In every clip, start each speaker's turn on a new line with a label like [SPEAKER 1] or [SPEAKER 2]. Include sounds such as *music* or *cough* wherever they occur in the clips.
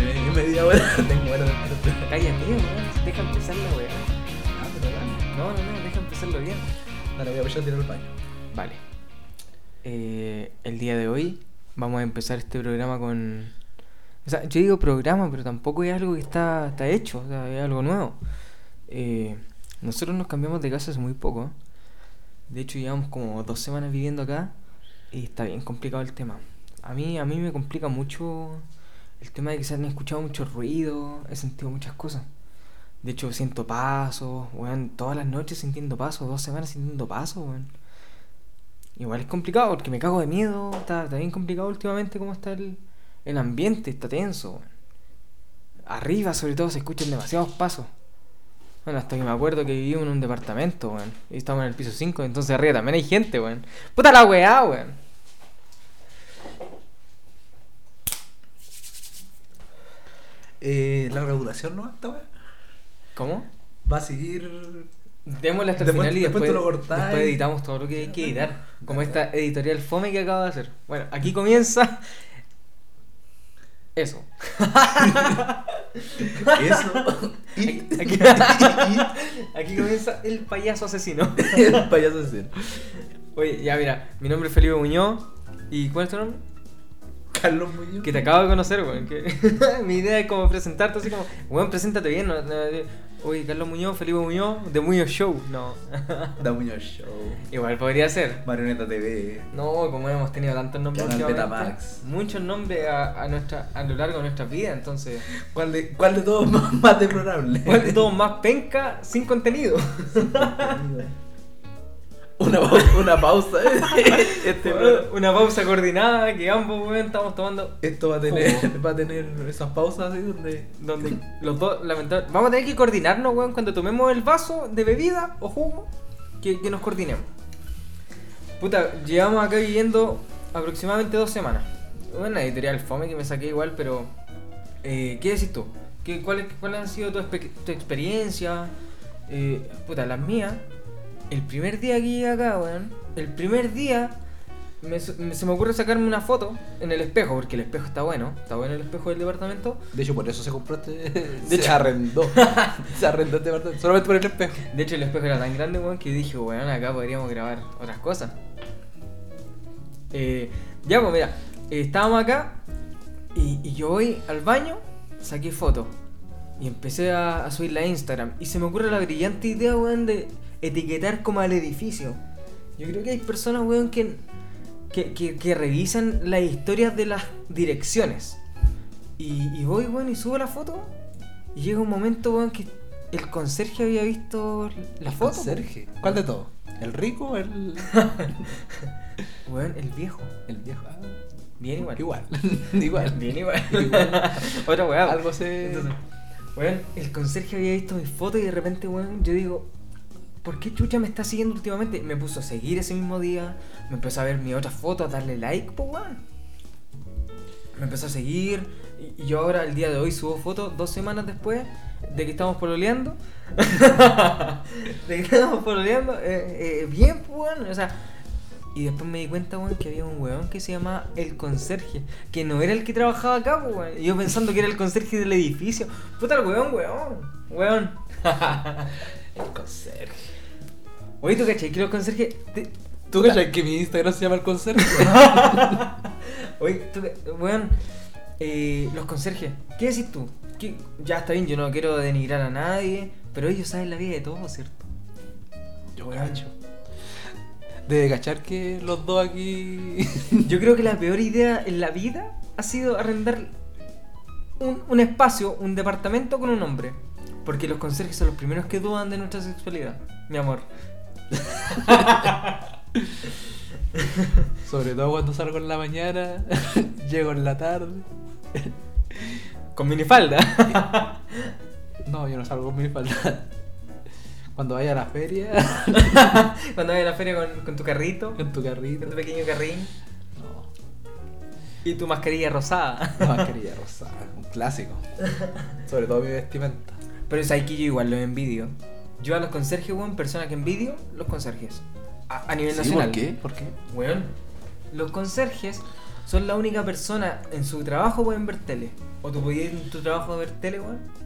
[SPEAKER 1] Eh, media
[SPEAKER 2] *laughs*
[SPEAKER 1] hora. Tengo hora de
[SPEAKER 2] Cállate, weón. Deja empezar la weá.
[SPEAKER 1] Ah, pero dale.
[SPEAKER 2] No, no, no, deja empezarlo bien.
[SPEAKER 1] Dale, voy a apoyar a tirar al baño.
[SPEAKER 2] Vale. Eh, el día de hoy vamos a empezar este programa con. O sea, yo digo programa, pero tampoco es algo que está, está hecho, o sea, es algo nuevo. Eh, nosotros nos cambiamos de casa hace muy poco. De hecho, llevamos como dos semanas viviendo acá y está bien complicado el tema. A mí, a mí me complica mucho el tema de que se han escuchado mucho ruido, he sentido muchas cosas. De hecho, siento pasos, weón, todas las noches sintiendo pasos, dos semanas sintiendo pasos, weón. Igual es complicado porque me cago de miedo. Está, está bien complicado últimamente cómo está el, el ambiente, está tenso. weón. Arriba, sobre todo, se escuchan demasiados pasos. Bueno, hasta que me acuerdo que vivimos en un departamento, weón. Y estábamos en el piso 5, entonces arriba también hay gente, weón. ¡Puta la weá, weón!
[SPEAKER 1] Eh, la regulación no esta weá.
[SPEAKER 2] ¿Cómo?
[SPEAKER 1] Va a seguir.
[SPEAKER 2] Démosle hasta el
[SPEAKER 1] Después-
[SPEAKER 2] final y
[SPEAKER 1] después
[SPEAKER 2] después,
[SPEAKER 1] tú lo cortás
[SPEAKER 2] después
[SPEAKER 1] y-
[SPEAKER 2] editamos todo lo que hay que editar. Como esta editorial fome que acabo de hacer. Bueno, aquí comienza. *laughs* Eso. *laughs*
[SPEAKER 1] Eso.
[SPEAKER 2] *laughs* Aquí,
[SPEAKER 1] It. *laughs*
[SPEAKER 2] aquí- aquí comienza el payaso asesino.
[SPEAKER 1] El payaso asesino.
[SPEAKER 2] Oye, ya mira, mi nombre es Felipe Muñoz. ¿Y cuál es tu nombre?
[SPEAKER 1] Carlos Muñoz.
[SPEAKER 2] Que te acabo de conocer, weón. que- *laughs* mi idea es como presentarte así como, weón, preséntate bien. no- no- oye, Carlos Muñoz, Felipe Muñoz, de Muñoz Show. No. *laughs*
[SPEAKER 1] Da Muñoz Show.
[SPEAKER 2] Igual podría ser.
[SPEAKER 1] Marioneta TV.
[SPEAKER 2] No, como hemos tenido tantos nombres
[SPEAKER 1] Canal
[SPEAKER 2] últimamente,
[SPEAKER 1] Betamax.
[SPEAKER 2] muchos nombres a, a nuestra, a lo largo de nuestras vidas, entonces.
[SPEAKER 1] ¿Cuál de, cuál de todos más, más deplorable?
[SPEAKER 2] ¿Cuál de todos más penca sin contenido?
[SPEAKER 1] Una, pau- una
[SPEAKER 2] *laughs*
[SPEAKER 1] pausa. eh. Este
[SPEAKER 2] Bueno,
[SPEAKER 1] programa.
[SPEAKER 2] Una pausa coordinada que ambos weón, estamos tomando.
[SPEAKER 1] Esto va a
[SPEAKER 2] Oh.
[SPEAKER 1] tener, va a tener esas pausas así donde.
[SPEAKER 2] Donde los dos, lamentablemente. Vamos a tener que coordinarnos, weón, cuando tomemos el vaso de bebida o jugo, que, que nos coordinemos. Puta, llevamos acá viviendo aproximadamente dos semanas. Una editorial fome que me saqué igual, pero. eh, ¿Qué decís tú? ¿Qué, cuál, ¿Cuál ha sido tu, espe- tu experiencia? Eh, puta, las mías. El primer día que llegué acá, weón. El primer día me su- me- se me ocurre sacarme una foto en el espejo, porque el espejo está bueno. Está bueno el espejo del departamento.
[SPEAKER 1] De hecho, por eso se compró *laughs* este.
[SPEAKER 2] se
[SPEAKER 1] se
[SPEAKER 2] *laughs*
[SPEAKER 1] arrendó. se arrendó este apartamento. Solamente por el espejo.
[SPEAKER 2] De hecho, el espejo era tan grande, weón, que dije, weón, acá podríamos grabar otras cosas. Eh, ya, pues mira, eh, estábamos acá y, y yo voy al baño, saqué fotos y empecé a, a subirla a Instagram. Y se me ocurre la brillante idea, weón, de etiquetar como al edificio. Yo creo que hay personas, weón, que, que, que- que revisan las historias de las direcciones. Y, y voy, weón, y subo la foto. Y llega un momento, weón, que el conserje había visto la foto. pues.
[SPEAKER 1] Sergio. ¿Cuál de todos? ¿El rico o
[SPEAKER 2] *laughs*
[SPEAKER 1] el,
[SPEAKER 2] Weón, el viejo.
[SPEAKER 1] el viejo? Ah,
[SPEAKER 2] Bien igual. *laughs*
[SPEAKER 1] Igual. *laughs* igual.
[SPEAKER 2] Bien igual.
[SPEAKER 1] Igual.
[SPEAKER 2] Otra weá.
[SPEAKER 1] Algo se-
[SPEAKER 2] Entonces, weón, el conserje había visto mis fotos y de repente, weón, yo digo, ¿por qué Chucha me está siguiendo últimamente? Me puso a seguir ese mismo día, me empezó a ver mis otras fotos, a darle like, pues weón. Me empezó a seguir y- y yo ahora, el día de hoy, subo fotos dos semanas después de que estamos pololeando. *laughs* de que estábamos pololeando. eh, eh, bien, pues weón, o sea... Y después me di cuenta, weón, que había un weón que se llamaba el conserje, que no era el que trabajaba acá, pues, weón. Y Yo pensando que era el conserje del edificio. Puta el weón, weón. Weón.
[SPEAKER 1] *laughs* El conserje.
[SPEAKER 2] Oye, tú cachai que los conserjes. te-
[SPEAKER 1] ¿Tú cachas que mi Instagram se llama el conserje?
[SPEAKER 2] *laughs* Oye, tú ca- weón. eh, los conserjes, ¿qué decís tú? ¿Qué- Ya está bien, yo no quiero denigrar a nadie, pero ellos saben la vida de todos, ¿cierto?
[SPEAKER 1] Yo cacho. Debe cachar que los dos aquí. *laughs*
[SPEAKER 2] Yo creo que la peor idea en la vida ha sido arrendar un, un espacio, un departamento con un hombre. Porque los conserjes son los primeros que dudan de nuestra sexualidad, mi amor.
[SPEAKER 1] Sobre todo cuando salgo en la mañana, *laughs* llego en la tarde.
[SPEAKER 2] Con minifalda. *laughs*
[SPEAKER 1] No, yo no salgo con mi falda. *laughs* Cuando vaya a la feria, *laughs*
[SPEAKER 2] Cuando vas a la feria con, con tu carrito,
[SPEAKER 1] en tu carrito.
[SPEAKER 2] con tu pequeño carrín
[SPEAKER 1] No,
[SPEAKER 2] y tu
[SPEAKER 1] *laughs*
[SPEAKER 2] mascarilla rosada.
[SPEAKER 1] la mascarilla rosada, un clásico. *laughs* Sobre todo mi vestimenta.
[SPEAKER 2] Pero es ahí que yo igual los envidio. Yo a los conserjes, weón, persona que envidio, los conserjes. A, a nivel nacional.
[SPEAKER 1] ¿Por qué?
[SPEAKER 2] Weón, los conserjes Son la única persona en su trabajo pueden ver tele. O tú podías en tu trabajo ver tele, weón.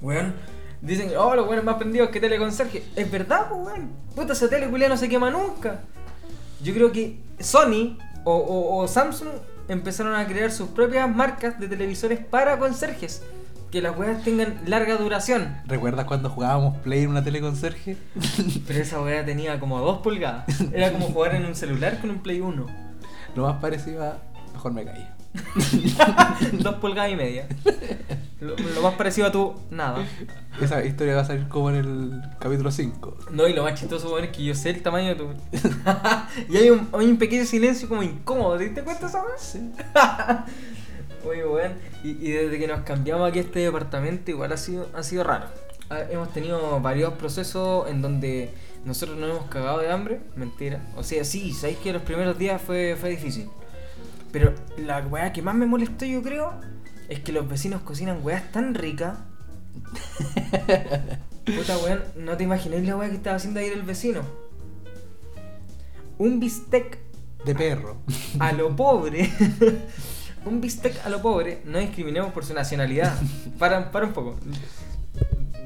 [SPEAKER 2] Weón. Dicen, oh, los weones más prendidos que teleconserje. Es verdad, pues, weón. Puta, esa tele culia no se quema nunca. Yo creo que Sony o, o- o Samsung empezaron a crear sus propias marcas de televisores para conserjes. Que las weas tengan larga duración.
[SPEAKER 1] ¿Recuerdas cuando jugábamos Play en una tele con Sergio?
[SPEAKER 2] Pero esa weá tenía como dos pulgadas. Era como jugar en un celular con un Play 1.
[SPEAKER 1] Lo más parecido a... Mejor me caí.
[SPEAKER 2] *laughs* dos pulgadas y media. Lo, lo más parecido a tú, nada.
[SPEAKER 1] Esa historia va a salir como en el capítulo 5.
[SPEAKER 2] No, y lo más chistoso weón, es que yo sé el tamaño de tu. *laughs* y hay un, hay un pequeño silencio como incómodo. ¿Te diste cuenta esa weá?
[SPEAKER 1] Sí.
[SPEAKER 2] Muy bueno. Y, y desde que nos cambiamos aquí a este departamento, igual ha sido, ha sido raro. Ha- hemos tenido varios procesos en donde nosotros nos hemos cagado de hambre. Mentira. O sea, sí, sabéis que los primeros días fue, fue difícil. Pero la weá que más me molestó, yo creo, es que los vecinos cocinan weas tan ricas. Puta weón, no te imagináis la weá que estaba haciendo ayer el vecino. Un bistec
[SPEAKER 1] De perro. *laughs*
[SPEAKER 2] *laughs* a lo pobre. un bistec a lo pobre. No discriminemos por su nacionalidad. Para, para un poco.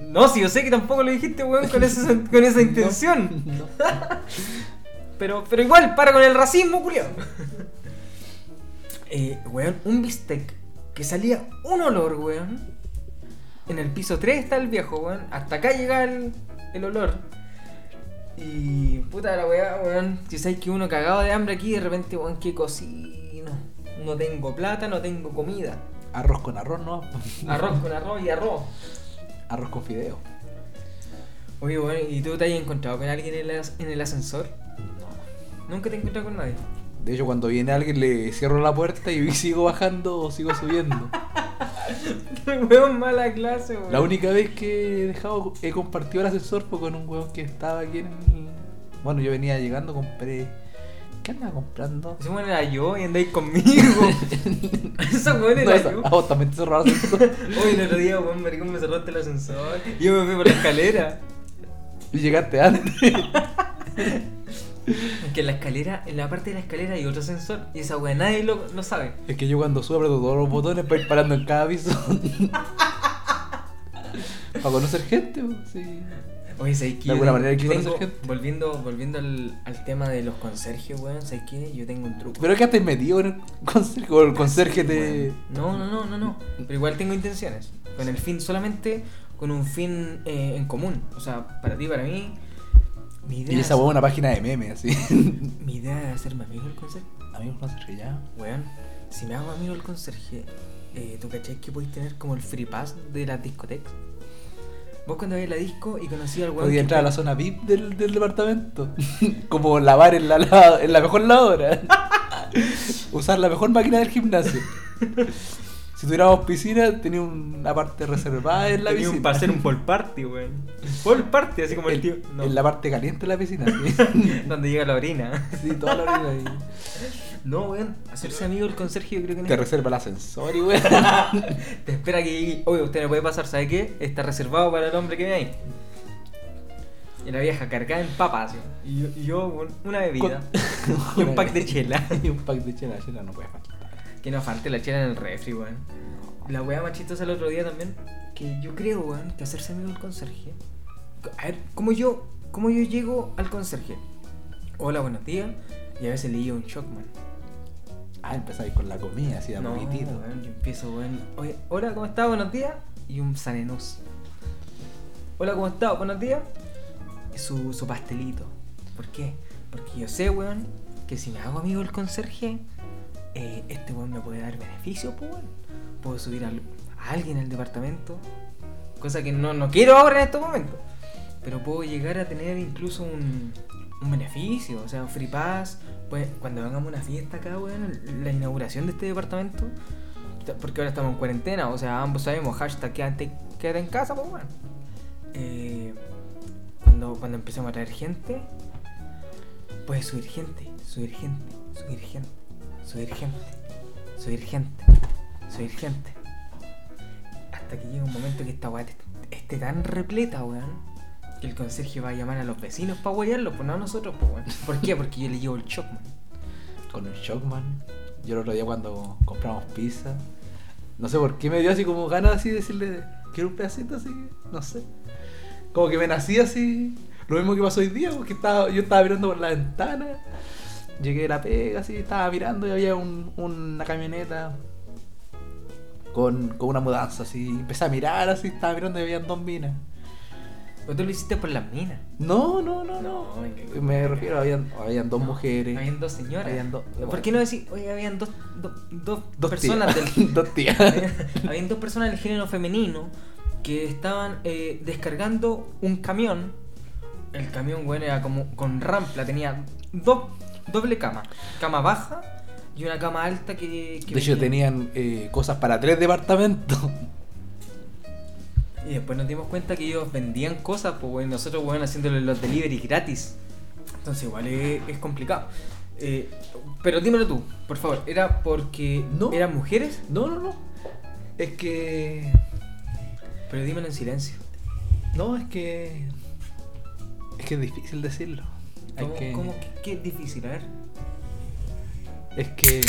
[SPEAKER 2] No, si yo sé que tampoco lo dijiste, weón, con, ese sen- con esa intención.
[SPEAKER 1] No.
[SPEAKER 2] Pero, pero igual, para con el racismo, culiao. *laughs* Eh, weón, un bistec que salía un olor, weón. En el piso 3 está el viejo, weón. Hasta acá llega el, el olor. Y puta la weá, weón. Si sabes que uno cagado de hambre aquí, de repente, weón, que cocino. No tengo plata, no tengo comida.
[SPEAKER 1] Arroz con arroz, no.
[SPEAKER 2] Arroz con arroz y arroz.
[SPEAKER 1] *laughs* Arroz con fideo.
[SPEAKER 2] Oye, weón, ¿y tú te has encontrado con alguien en el, as- en el ascensor?
[SPEAKER 1] No.
[SPEAKER 2] Nunca te he encontrado con nadie. *laughs*
[SPEAKER 1] De hecho, cuando viene alguien le cierro la puerta y *laughs* sigo bajando o sigo subiendo.
[SPEAKER 2] weón, mala clase, weón.
[SPEAKER 1] La única vez que he dejado, he compartido el ascensor fue con un huevón que estaba aquí en el... Bueno, yo venía llegando, compré... ¿Qué andaba comprando?
[SPEAKER 2] Ese weón era yo y andáis
[SPEAKER 1] *laughs*
[SPEAKER 2] conmigo. Ese weón era
[SPEAKER 1] No,
[SPEAKER 2] yo.
[SPEAKER 1] a vos también te cerró el ascensor. *laughs*
[SPEAKER 2] Oye, el otro día, weón, maricón, me cerraste el ascensor. Y yo me fui por la escalera.
[SPEAKER 1] y llegaste antes.
[SPEAKER 2] Es que en la escalera, en la parte de la escalera hay otro ascensor. Y esa weá nadie lo, lo sabe.
[SPEAKER 1] Es que yo cuando subo aprieto todos los botones para ir parando en cada piso. *laughs* para conocer gente, pues, sí.
[SPEAKER 2] Oye, ¿sabes qué?
[SPEAKER 1] De alguna manera hay que
[SPEAKER 2] yo tengo-
[SPEAKER 1] conocer gente.
[SPEAKER 2] Volviendo, volviendo al, al tema de los conserjes, weón, ¿sabes qué? Yo tengo un truco.
[SPEAKER 1] Pero es que has metido en el conserje, o el conserje te...
[SPEAKER 2] Weón. No, no, no, no, no. Pero igual tengo intenciones. Con el fin, solamente con un fin eh, en común. O sea, para ti, para mí. Mi idea,
[SPEAKER 1] Y esa
[SPEAKER 2] es-
[SPEAKER 1] hueá es una página de memes, así.
[SPEAKER 2] *laughs* mi idea es hacerme amigo del conserje.
[SPEAKER 1] Amigos conserje ya.
[SPEAKER 2] Weón, si me hago amigo del conserje, eh, ¿tú cachás que podéis tener como el free pass de las discotecas? Vos cuando vais a la disco y conocí al weón. que
[SPEAKER 1] Podía entrar a
[SPEAKER 2] está-
[SPEAKER 1] la zona VIP del, del departamento. *laughs* Como lavar en la, la- en la mejor lavadora. *laughs* Usar la mejor máquina del
[SPEAKER 2] *laughs*
[SPEAKER 1] gimnasio. Si tuviéramos piscina, tenía una parte reservada en la
[SPEAKER 2] Tenía
[SPEAKER 1] piscina.
[SPEAKER 2] un para
[SPEAKER 1] *laughs*
[SPEAKER 2] hacer un pool party, weón. Pool party, así como el,
[SPEAKER 1] En-
[SPEAKER 2] tío. no.
[SPEAKER 1] En la parte caliente de la piscina. Sí, *laughs*
[SPEAKER 2] Donde llega la orina.
[SPEAKER 1] Sí, toda la orilla ahí.
[SPEAKER 2] No, weón, hacerse amigo del conserje yo creo que no
[SPEAKER 1] Te
[SPEAKER 2] es-
[SPEAKER 1] reserva el ascensor y güey. *laughs*
[SPEAKER 2] *laughs* Te espera que llegue. Oye, usted no puede pasar, ¿sabe qué? Está reservado para el hombre que viene ahí. Y la vieja cargada en papas. Y yo, y yo, weón, una bebida.
[SPEAKER 1] *laughs*
[SPEAKER 2] Y un pack de chela.
[SPEAKER 1] Y un pack de chela. Chela no puede faltar.
[SPEAKER 2] Que no falte la chela en el refri, weón. La weá más chistosa el otro día también. Que yo creo, weón, que hacerse amigo del conserje. A ver, ¿cómo yo, cómo yo llego al conserje? Hola, buenos días. Y a veces le llevo un shockman.
[SPEAKER 1] Ah, empezáis con la comida, así de a
[SPEAKER 2] no,
[SPEAKER 1] poquitito.
[SPEAKER 2] weón, yo empiezo, weón. Oye, hola, ¿cómo estás? Buenos días. Y un sanenús. Hola, ¿cómo estás? Buenos días. Y su, su pastelito. ¿Por qué? Porque yo sé, weón, que si me hago amigo del conserje, eh, este weón me puede dar beneficios, pues, weón. Puedo subir al- a alguien al departamento. Cosa que no, no quiero ahora en este estos momentos. Pero puedo llegar a tener incluso un, un beneficio, o sea, un free pass. Pues, cuando hagamos una fiesta acá, weón, la inauguración de este departamento, t- porque ahora estamos en cuarentena, o sea, ambos sabemos, hashtag quédate, quédate en casa, pues weón. Eh, cuando, cuando empecemos a traer gente, puede subir gente, subir gente, subir gente, subir gente, subir gente, subir gente. Hasta que llega un momento que esta weá te- esté tan repleta, weón, que el conserje va a llamar a los vecinos para guayarlo, pues no a nosotros, pues weón. ¿Por qué? Porque yo le llevo el shockman.
[SPEAKER 1] Con el Shockman. Yo el otro día cuando compramos pizza, no sé por qué me dio así como ganas así de decirle, quiero un pedacito así, no sé. Como que me nací así. Lo mismo que pasó hoy día, porque estaba, yo estaba mirando por la ventana. Llegué de la pega, así, estaba mirando y había un- una camioneta con, con una mudanza, así. Empecé a mirar, así, estaba mirando y había dos minas.
[SPEAKER 2] ¿O tú lo hiciste por las minas?
[SPEAKER 1] No, no, no, no.
[SPEAKER 2] No, venga.
[SPEAKER 1] me refiero, habían, habían dos
[SPEAKER 2] No,
[SPEAKER 1] mujeres.
[SPEAKER 2] Habían dos señoras.
[SPEAKER 1] Habían dos-
[SPEAKER 2] ¿Por qué no decir, oye, habían dos, do- dos
[SPEAKER 1] dos *laughs*
[SPEAKER 2] personas
[SPEAKER 1] tías.
[SPEAKER 2] del.
[SPEAKER 1] dos tías.
[SPEAKER 2] habían dos personas del género femenino que estaban eh, descargando un camión. El camión, bueno, era como con rampla, tenía do- doble cama. Cama baja y una cama alta que. que
[SPEAKER 1] De hecho,
[SPEAKER 2] venía.
[SPEAKER 1] tenían eh, cosas para tres departamentos.
[SPEAKER 2] Y después nos dimos cuenta que ellos vendían cosas, pues bueno, nosotros bueno, haciéndole los delivery gratis. Entonces igual es, es complicado. Eh, pero dímelo tú, por favor, ¿era porque
[SPEAKER 1] No.
[SPEAKER 2] eran mujeres?
[SPEAKER 1] No, no, no. Es que.
[SPEAKER 2] Pero dímelo en silencio.
[SPEAKER 1] No, es que. Es que es difícil decirlo. Hay
[SPEAKER 2] ¿Cómo,
[SPEAKER 1] que-
[SPEAKER 2] cómo que- que es difícil? A ver.
[SPEAKER 1] Es que.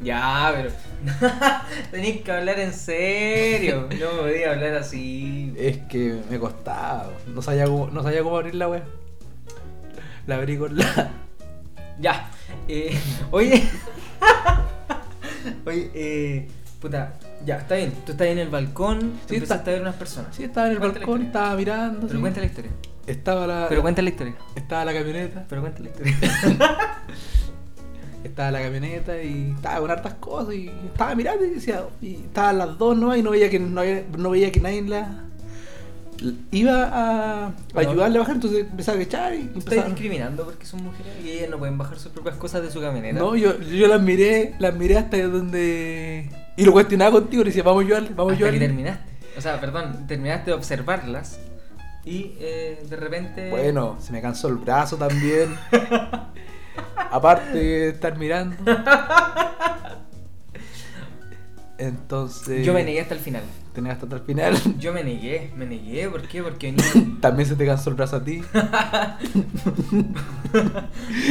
[SPEAKER 2] Ya, pero... *laughs* Tenéis que hablar en serio. No podía hablar así.
[SPEAKER 1] Es que me costaba. No sabía cómo, no sabía cómo abrir la web. La abrí con la.
[SPEAKER 2] Ya. Eh, oye. *laughs* oye, eh, puta. Ya, está bien. Tú estás en el balcón.
[SPEAKER 1] Sí,
[SPEAKER 2] Sí, empezaste
[SPEAKER 1] está-
[SPEAKER 2] a ver unas personas.
[SPEAKER 1] Sí, estaba en el
[SPEAKER 2] Cuenta la
[SPEAKER 1] balcón,
[SPEAKER 2] historia.
[SPEAKER 1] estaba mirando.
[SPEAKER 2] Pero
[SPEAKER 1] Pues sí.
[SPEAKER 2] cuenta la historia.
[SPEAKER 1] Estaba la.
[SPEAKER 2] Pero cuenta la historia.
[SPEAKER 1] Estaba la camioneta.
[SPEAKER 2] Pero cuenta la historia. *laughs*
[SPEAKER 1] Estaba la camioneta y estaba con hartas cosas y estaba mirando y decía, y estaban las dos nomás y no veía que no, había- no veía que nadie la iba a ayudarle a bajar, entonces empezaba a echar y
[SPEAKER 2] Estás *laughs*
[SPEAKER 1] empezaba.
[SPEAKER 2] discriminando porque son mujeres y ellas no pueden bajar sus propias cosas de su camioneta.
[SPEAKER 1] No, yo, yo las miré, las miré hasta donde. Y lo cuestionaba contigo, le decía, vamos a ayudarle, vamos a
[SPEAKER 2] Hasta que
[SPEAKER 1] ayudarle.
[SPEAKER 2] terminaste. O sea, perdón, terminaste de observarlas y eh, de repente.
[SPEAKER 1] Bueno, se me cansó el brazo
[SPEAKER 2] *laughs*
[SPEAKER 1] también. Aparte de estar mirando. Entonces.
[SPEAKER 2] Yo me negué hasta el final.
[SPEAKER 1] Tenías hasta el final.
[SPEAKER 2] Yo me negué, me negué, ¿por qué? Porque venía.
[SPEAKER 1] *laughs* También se te cansó el brazo a ti.
[SPEAKER 2] *laughs*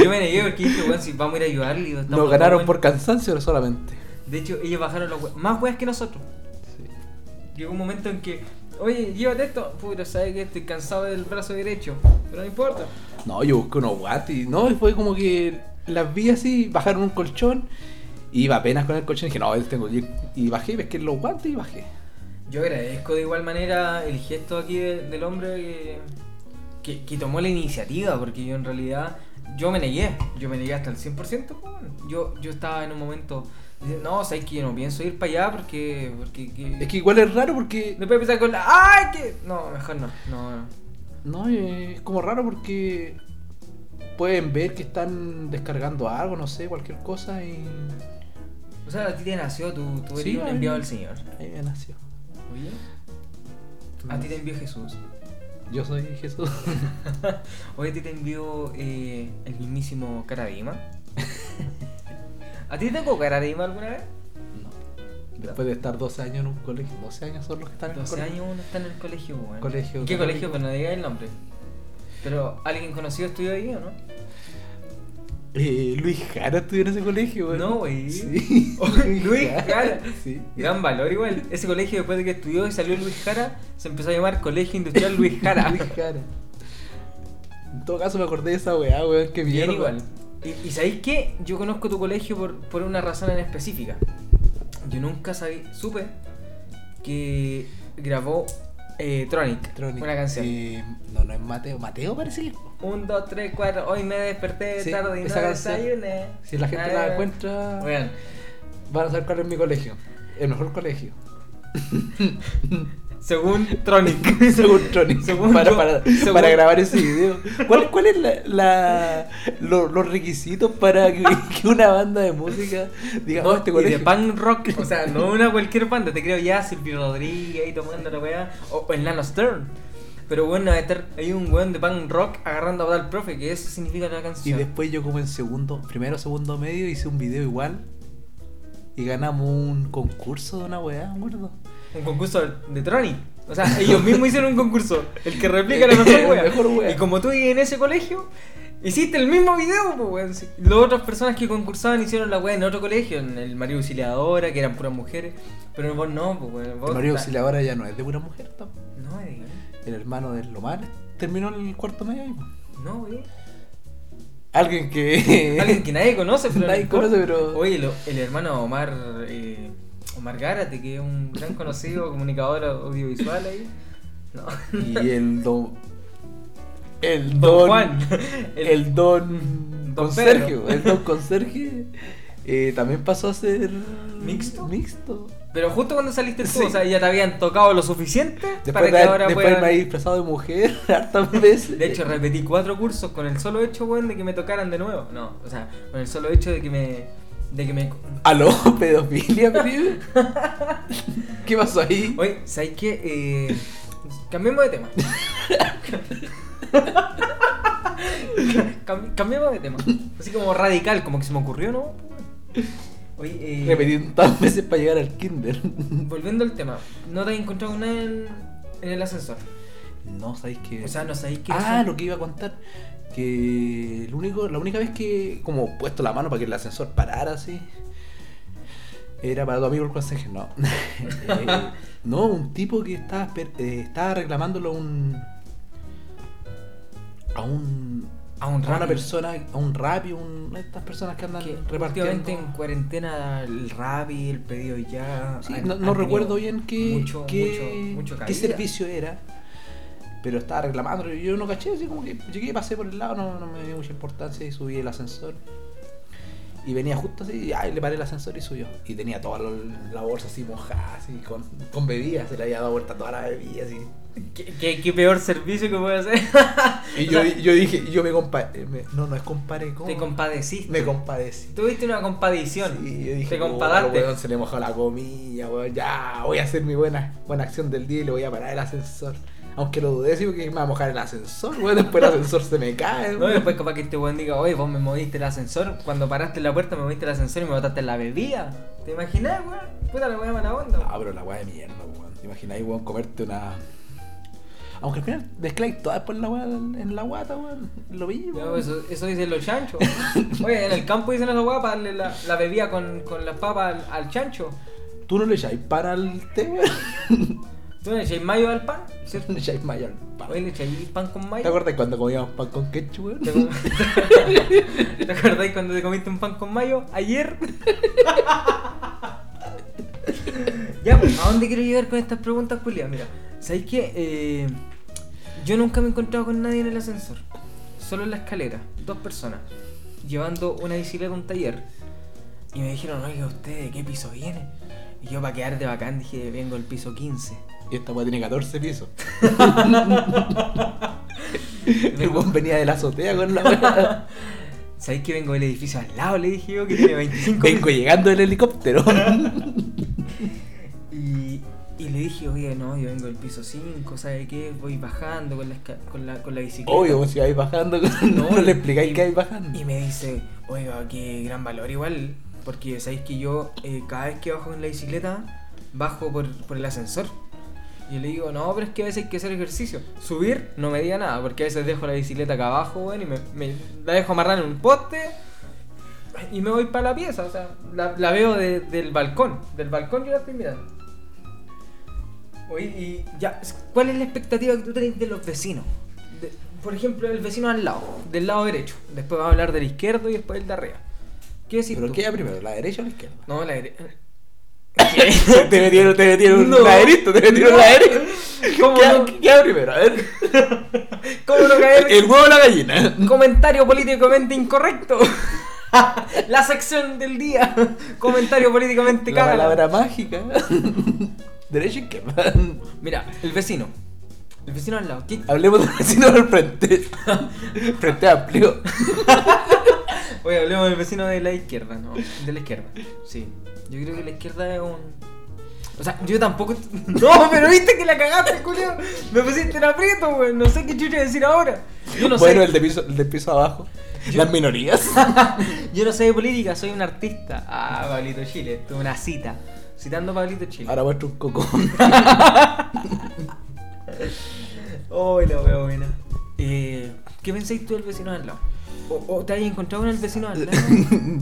[SPEAKER 2] Yo me negué porque dije, bueno, si vamos a ir a ayudarle. y estamos
[SPEAKER 1] Nos ganaron
[SPEAKER 2] todos-
[SPEAKER 1] por cansancio solamente.
[SPEAKER 2] De hecho, ellos bajaron los hue- más weas que nosotros. Llegó un momento en que, oye, llévate esto. Puta, sabes que estoy cansado del brazo derecho. Pero no importa.
[SPEAKER 1] No, yo busqué unos guantes y no, y fue como que las vi así, bajaron un colchón. y Iba apenas con el colchón y dije, no, tengo que ir. Y bajé, pesqué los guantes y bajé.
[SPEAKER 2] Yo agradezco de igual manera el gesto aquí de- del hombre que, que, que tomó la iniciativa, porque yo en realidad, yo me negué, yo me negué hasta el 100%. po, weón. Yo, yo estaba en un momento, de, no, sabes que yo no pienso ir para allá porque... porque que...
[SPEAKER 1] Es que igual es raro porque.
[SPEAKER 2] Después empezar con la... ¡Ay, que... No, mejor no, no, no.
[SPEAKER 1] No, eh, es como raro porque. Pueden ver que están descargando algo, no sé, cualquier cosa y.
[SPEAKER 2] O sea, a ti te nació, tú, tú eres
[SPEAKER 1] Sí,
[SPEAKER 2] un
[SPEAKER 1] a mí-
[SPEAKER 2] enviado del Señor.
[SPEAKER 1] Ahí me nació.
[SPEAKER 2] Oye, a ti te envió Jesús.
[SPEAKER 1] Yo soy Jesús. *laughs*
[SPEAKER 2] Hoy a ti te envió eh, el mismísimo Caradima.
[SPEAKER 1] *laughs*
[SPEAKER 2] ¿A ti te tocó Caradima alguna vez?
[SPEAKER 1] No. Después de estar 12 años en un colegio, 12 años son los que están en el
[SPEAKER 2] 12
[SPEAKER 1] colegio.
[SPEAKER 2] años uno está en el colegio, weón.
[SPEAKER 1] Colegio
[SPEAKER 2] ¿Qué
[SPEAKER 1] católico.
[SPEAKER 2] colegio? Pues no diga el nombre. Pero, ¿alguien conocido estudió ahí o no?
[SPEAKER 1] Eh, Luis Jara estudió en ese colegio, güey.
[SPEAKER 2] No, güey. *laughs*
[SPEAKER 1] Sí.
[SPEAKER 2] Luis Jara.
[SPEAKER 1] Sí.
[SPEAKER 2] Gran valor igual. Ese colegio después de que estudió y salió Luis Jara, se empezó a llamar Colegio Industrial Luis
[SPEAKER 1] *laughs*
[SPEAKER 2] Jara.
[SPEAKER 1] Luis Jara. En todo caso me acordé de esa weá, weón, que
[SPEAKER 2] *laughs* Bien
[SPEAKER 1] mierda.
[SPEAKER 2] igual. Y, y ¿sabéis qué? Yo conozco tu colegio por, por una razón en específica. Yo nunca sabí, supe que grabó eh, Tronic,
[SPEAKER 1] Tronic.
[SPEAKER 2] una canción.
[SPEAKER 1] Eh, no, no es Mateo. Mateo parece que es.
[SPEAKER 2] Un, dos, tres, cuatro. Hoy me desperté
[SPEAKER 1] Sí,
[SPEAKER 2] tarde y no
[SPEAKER 1] esa canción.
[SPEAKER 2] desayuné.
[SPEAKER 1] Si la gente
[SPEAKER 2] Ah,
[SPEAKER 1] la encuentra,
[SPEAKER 2] Bueno,
[SPEAKER 1] van a saber cuál es mi colegio. El mejor
[SPEAKER 2] *laughs*
[SPEAKER 1] colegio.
[SPEAKER 2] según Tronic.
[SPEAKER 1] *laughs* Según Tronic.
[SPEAKER 2] *laughs* Según
[SPEAKER 1] para,
[SPEAKER 2] yo-
[SPEAKER 1] para,
[SPEAKER 2] según-
[SPEAKER 1] para grabar ese video. ¿Cuál, cuál es la, la- lo- los requisitos para que, *laughs* que una banda de música diga,
[SPEAKER 2] No,
[SPEAKER 1] "Oh, este
[SPEAKER 2] y
[SPEAKER 1] colegio?
[SPEAKER 2] de punk rock,
[SPEAKER 1] *laughs*
[SPEAKER 2] o sea, no una cualquier banda, te creo ya Silvio Rodríguez ahí tomando la weá, o, o el Nano Stern. Pero bueno, estar, hay un weón de punk rock agarrando a dar al profe, que eso significa la
[SPEAKER 1] Y
[SPEAKER 2] canción.
[SPEAKER 1] después yo como en segundo, primero, segundo medio, hice un video igual. Y ganamos un concurso de una weá, me acuerdo.
[SPEAKER 2] Un concurso de Tronic. O sea, ellos mismos hicieron un concurso, el que replica la mejor
[SPEAKER 1] El
[SPEAKER 2] weá.
[SPEAKER 1] mejor weá.
[SPEAKER 2] Y como tú vives en ese colegio, Hiciste el mismo video, pues, weón. Sí. Las otras personas que concursaban hicieron la weá en otro colegio, en el María Auxiliadora, que eran puras mujeres. Pero vos no, pues, weón. Vos
[SPEAKER 1] El marido
[SPEAKER 2] ta-
[SPEAKER 1] auxiliadora ya no es de pura mujer tampoco.
[SPEAKER 2] No, eh,
[SPEAKER 1] El hermano de Lomar terminó el cuarto medio ahí. po.
[SPEAKER 2] no, weón.
[SPEAKER 1] Alguien que.
[SPEAKER 2] *laughs* Alguien que nadie conoce, pero. no
[SPEAKER 1] Eh. Nadie
[SPEAKER 2] importa.
[SPEAKER 1] conoce, pero-
[SPEAKER 2] Oye, lo- el hermano Omar. eh, Omar Gárate, que es un gran conocido comunicador audiovisual ahí.
[SPEAKER 1] *laughs*
[SPEAKER 2] No.
[SPEAKER 1] Y el don. El
[SPEAKER 2] Don
[SPEAKER 1] don.
[SPEAKER 2] Juan.
[SPEAKER 1] El,
[SPEAKER 2] El-
[SPEAKER 1] don.
[SPEAKER 2] Don
[SPEAKER 1] conserje.
[SPEAKER 2] Pedro.
[SPEAKER 1] El don conserje. eh, también pasó a ser.
[SPEAKER 2] ¿Mixto?
[SPEAKER 1] Mixto.
[SPEAKER 2] Pero justo cuando saliste tú,
[SPEAKER 1] Sí.
[SPEAKER 2] o sea, ya te habían tocado lo suficiente para
[SPEAKER 1] Después,
[SPEAKER 2] que
[SPEAKER 1] de,
[SPEAKER 2] ahora
[SPEAKER 1] después
[SPEAKER 2] puedan-
[SPEAKER 1] me había disfrazado de mujer *laughs* hartas veces.
[SPEAKER 2] De hecho, repetí cuatro cursos con el solo hecho, weón, de que me tocaran de nuevo. No, o sea, con el solo hecho de que me. de que me.
[SPEAKER 1] ¿Aló? ¿Pedofilia, pibe? ¿Qué pasó ahí?
[SPEAKER 2] Oye, ¿sabes qué? Eh, cambiemos
[SPEAKER 1] *laughs*
[SPEAKER 2] de tema. Cambi- cambiemos de tema. Así como radical, como que se me ocurrió, ¿no? Oye, eh,
[SPEAKER 1] Repetí tantas veces para llegar al kinder.
[SPEAKER 2] volviendo al tema, no te has encontrado nada en, en el ascensor.
[SPEAKER 1] No, ¿sabéis qué?
[SPEAKER 2] O sea, no sabéis qué.
[SPEAKER 1] ah,
[SPEAKER 2] son-
[SPEAKER 1] lo que iba a contar. Que el único, la única vez que como puesto la mano para que el ascensor parara así. Era para tu amigo el conserje, no. *laughs* Eh, no, un tipo que estaba, esper- eh, estaba reclamándolo a un. a un.
[SPEAKER 2] A un
[SPEAKER 1] a una
[SPEAKER 2] rapi.
[SPEAKER 1] persona, a un rap, una de estas personas que andan
[SPEAKER 2] Que
[SPEAKER 1] repartiendo.
[SPEAKER 2] últimamente en cuarentena el Rabi, el pedido ya.
[SPEAKER 1] Sí,
[SPEAKER 2] han-
[SPEAKER 1] no, no
[SPEAKER 2] han
[SPEAKER 1] recuerdo
[SPEAKER 2] tenido
[SPEAKER 1] bien qué,
[SPEAKER 2] mucho,
[SPEAKER 1] qué,
[SPEAKER 2] mucho, mucho
[SPEAKER 1] qué
[SPEAKER 2] caída.
[SPEAKER 1] servicio era, pero estaba reclamando. y Yo no caché, así como que llegué, pasé por el lado, no, no me dio mucha importancia y subí el ascensor. Y venía justo así, y ay, le paré el ascensor y subió. Y tenía toda la, la bolsa así mojada, así, con, con bebidas, se le había dado vuelta toda la bebida, así.
[SPEAKER 2] ¿Qué, qué, qué peor servicio que puede hacer?
[SPEAKER 1] Y
[SPEAKER 2] O
[SPEAKER 1] yo,
[SPEAKER 2] sea,
[SPEAKER 1] di- yo dije, yo me compadé, no, no es compadre, ¿cómo?
[SPEAKER 2] *laughs* Te compadeciste.
[SPEAKER 1] me compadecí.
[SPEAKER 2] Tuviste una compadicción.
[SPEAKER 1] Sí, yo dije,
[SPEAKER 2] te
[SPEAKER 1] "Puta,
[SPEAKER 2] compadaste.
[SPEAKER 1] weón, se le mojó la comida, weón, ya, voy a hacer mi buena, buena acción del día y le voy a parar el ascensor. Aunque lo dudé, sí, porque me va a mojar el ascensor, weón, después el ascensor se me cae,
[SPEAKER 2] no, y
[SPEAKER 1] weón.
[SPEAKER 2] después capaz que este weón diga, oye, vos me moviste el ascensor. Cuando paraste en la puerta me moviste el ascensor y me botaste en la bebida. ¿Te imaginas, weón? Puta la weá mala onda.
[SPEAKER 1] Ah, pero la weá de mierda, weón. ¿Te imagináis, weón, comerte una... Aunque al final mezcláis toda después la weá en la guata, weón. Lo vi,
[SPEAKER 2] Ya,
[SPEAKER 1] weón.
[SPEAKER 2] pues, eso, eso dicen
[SPEAKER 1] *laughs*
[SPEAKER 2] los chanchos. Oye, en el campo dicen esa weá para darle la, la bebida con, con las papas al, al chancho.
[SPEAKER 1] Tú no le echáis para al té, weón. *laughs*
[SPEAKER 2] ¿Tú le echáis mayo al pan?
[SPEAKER 1] Tú
[SPEAKER 2] ¿Cierto?
[SPEAKER 1] no le echáis mayo al pan.
[SPEAKER 2] Oye, le echáis pan con mayo.
[SPEAKER 1] ¿Te acuerdas cuando comíamos pan con ketchup, weón?
[SPEAKER 2] ¿Te acuerdas- *laughs* ¿Te acordáis cuando te comiste un pan con mayo? ¿Ayer? *laughs* ya, pues, ¿a dónde quiero llegar con estas preguntas, Julia? Mira, ¿sabéis qué? Eh, yo nunca me he encontrado con nadie en el ascensor. Solo en la escalera, dos personas, llevando una bicicleta a un taller. Y me dijeron, oiga, ¿usted de qué piso viene? Y yo, para quedar de bacán, dije, vengo del piso 15.
[SPEAKER 1] Y esta weá tiene 14
[SPEAKER 2] *laughs*
[SPEAKER 1] pisos. El weón venía de la azotea con la weá.
[SPEAKER 2] ¿Sabéis que vengo del edificio al lado? Le dije yo que tiene 25
[SPEAKER 1] Vengo llegando del helicóptero.
[SPEAKER 2] Y, y le dije, oye, no, yo vengo del piso 5, ¿sabe qué? Voy bajando con la, esca- con la, con la
[SPEAKER 1] *laughs*
[SPEAKER 2] bicicleta.
[SPEAKER 1] Obvio, si vais bajando, *laughs* no, le explicáis
[SPEAKER 2] y-
[SPEAKER 1] que vais bajando.
[SPEAKER 2] Y me dice, oiga, qué gran valor igual, porque sabéis que yo eh, cada vez que bajo en la bicicleta, bajo por, por el ascensor. Y le digo, no, pero es que a veces hay que hacer ejercicio. Subir no me diga nada, porque a veces dejo la bicicleta acá abajo, weón, y me, me- la dejo amarrada en un poste y me voy para la pieza. O sea, la, la veo de- del balcón. Del balcón yo la estoy mirando. Oye, y ya, ¿cuál es la expectativa que tú tenés de los vecinos? De- por ejemplo, el vecino al lado, del lado derecho. Después va a hablar del izquierdo y después el de arriba. ¿Qué decís
[SPEAKER 1] ¿Pero
[SPEAKER 2] tú?
[SPEAKER 1] qué era primero, la derecha o la izquierda?
[SPEAKER 2] *laughs* No, la derecha.
[SPEAKER 1] te metieron, te metieron
[SPEAKER 2] No.
[SPEAKER 1] un laderito, te metieron un
[SPEAKER 2] No.
[SPEAKER 1] laderito.
[SPEAKER 2] ¿Cómo
[SPEAKER 1] ¿Qué,
[SPEAKER 2] no?
[SPEAKER 1] qué- qué era primero? A ver.
[SPEAKER 2] ¿Cómo no caer?
[SPEAKER 1] El huevo o la gallina.
[SPEAKER 2] Comentario políticamente incorrecto. *laughs* la sección del día. *laughs* Comentario políticamente
[SPEAKER 1] La
[SPEAKER 2] cagado.
[SPEAKER 1] palabra mágica. *laughs* Derecha o izquierda.
[SPEAKER 2] Mira, el vecino. El vecino al lado. ¿Qué-
[SPEAKER 1] Hablemos del *laughs* vecino del
[SPEAKER 2] *laughs*
[SPEAKER 1] frente. Frente amplio.
[SPEAKER 2] Oye, hablemos del vecino de la izquierda, ¿no? De la izquierda. Sí. Yo creo que la izquierda es un. O sea, yo tampoco. *laughs* No, pero viste que la cagaste, Julio. Me pusiste en aprieto, güey. No sé qué chucha decir ahora. Yo no
[SPEAKER 1] bueno,
[SPEAKER 2] sé.
[SPEAKER 1] el de piso, el de piso abajo.
[SPEAKER 2] Yo-
[SPEAKER 1] Las minorías.
[SPEAKER 2] Yo no sé de política, soy un artista. Ah, Pablito Chile, tuve una cita. Citando a Pablito Chile.
[SPEAKER 1] Ahora muestro un coco.
[SPEAKER 2] Ah, Hola, la wea buena. Eh, ¿Qué pensáis tú del vecino al lado? O, o te hayas encontrado con el vecino
[SPEAKER 1] *laughs*
[SPEAKER 2] al lado.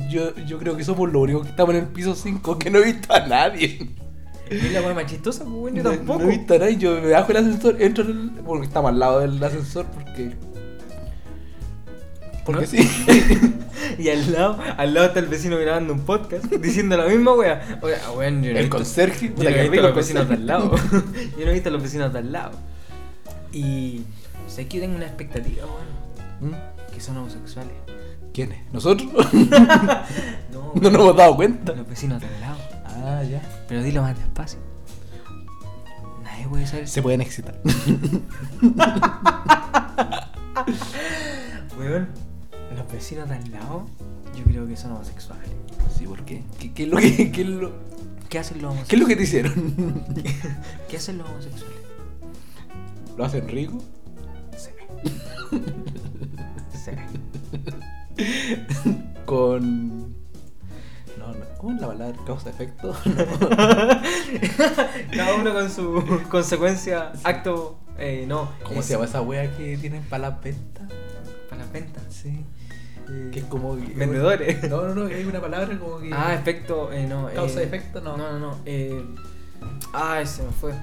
[SPEAKER 1] yo, yo creo que somos los únicos que estamos en el piso 5 que no he visto a nadie.
[SPEAKER 2] Es la weá más chistosa, pues, weón, yo
[SPEAKER 1] No-
[SPEAKER 2] tampoco.
[SPEAKER 1] No, he visto a nadie. Yo me bajo el ascensor, entro en el. Bueno, estamos al lado del ascensor porque. Porque
[SPEAKER 2] ¿No?
[SPEAKER 1] sí.
[SPEAKER 2] Y al lado, al lado está el vecino grabando un podcast diciendo la misma wea. Oiga, weón, *laughs* yo no
[SPEAKER 1] El
[SPEAKER 2] he visto-
[SPEAKER 1] conserje.
[SPEAKER 2] Yo no
[SPEAKER 1] puta, que
[SPEAKER 2] he
[SPEAKER 1] rico el
[SPEAKER 2] visto a los vecinos de
[SPEAKER 1] conserje.
[SPEAKER 2] al lado. *laughs* Yo no he visto a los vecinos de al lado. Y sé que yo tengo una expectativa, weón,
[SPEAKER 1] *laughs* ¿Mm?
[SPEAKER 2] que son homosexuales.
[SPEAKER 1] ¿Quiénes? ¿Nosotros? *laughs*
[SPEAKER 2] No,
[SPEAKER 1] no
[SPEAKER 2] weón,
[SPEAKER 1] nos hemos dado cuenta.
[SPEAKER 2] los vecinos de al lado.
[SPEAKER 1] Ah, ya.
[SPEAKER 2] Pero dilo más despacio. Nadie puede saber.
[SPEAKER 1] Se pueden excitar. *laughs*
[SPEAKER 2] Weón, los vecinos de al lado, yo creo que son homosexuales.
[SPEAKER 1] Sí, ¿por qué? ¿Qué, qué es, lo que, qué, es lo,
[SPEAKER 2] ¿Qué hacen los
[SPEAKER 1] qué es
[SPEAKER 2] homosexuales?
[SPEAKER 1] lo que te hicieron? *laughs*
[SPEAKER 2] ¿Qué hacen los homosexuales?
[SPEAKER 1] ¿Lo hacen rico?
[SPEAKER 2] Se ve. *laughs* Se ve.
[SPEAKER 1] Con. No, no. ¿Cómo es la palabra? *laughs* ¿Causa-efecto?
[SPEAKER 2] *laughs* Cada uno con su consecuencia, acto, eh, no.
[SPEAKER 1] ¿Cómo
[SPEAKER 2] es-
[SPEAKER 1] se llama esa wea que tienen para las ventas?
[SPEAKER 2] Para las ventas.
[SPEAKER 1] Sí.
[SPEAKER 2] Eh,
[SPEAKER 1] Que es como.
[SPEAKER 2] Vendedores.
[SPEAKER 1] No, no, no, que hay una palabra como que.
[SPEAKER 2] Ah, efecto, eh, no. eh,
[SPEAKER 1] Causa y efecto, no.
[SPEAKER 2] No, no, no. eh, ay, se me fue.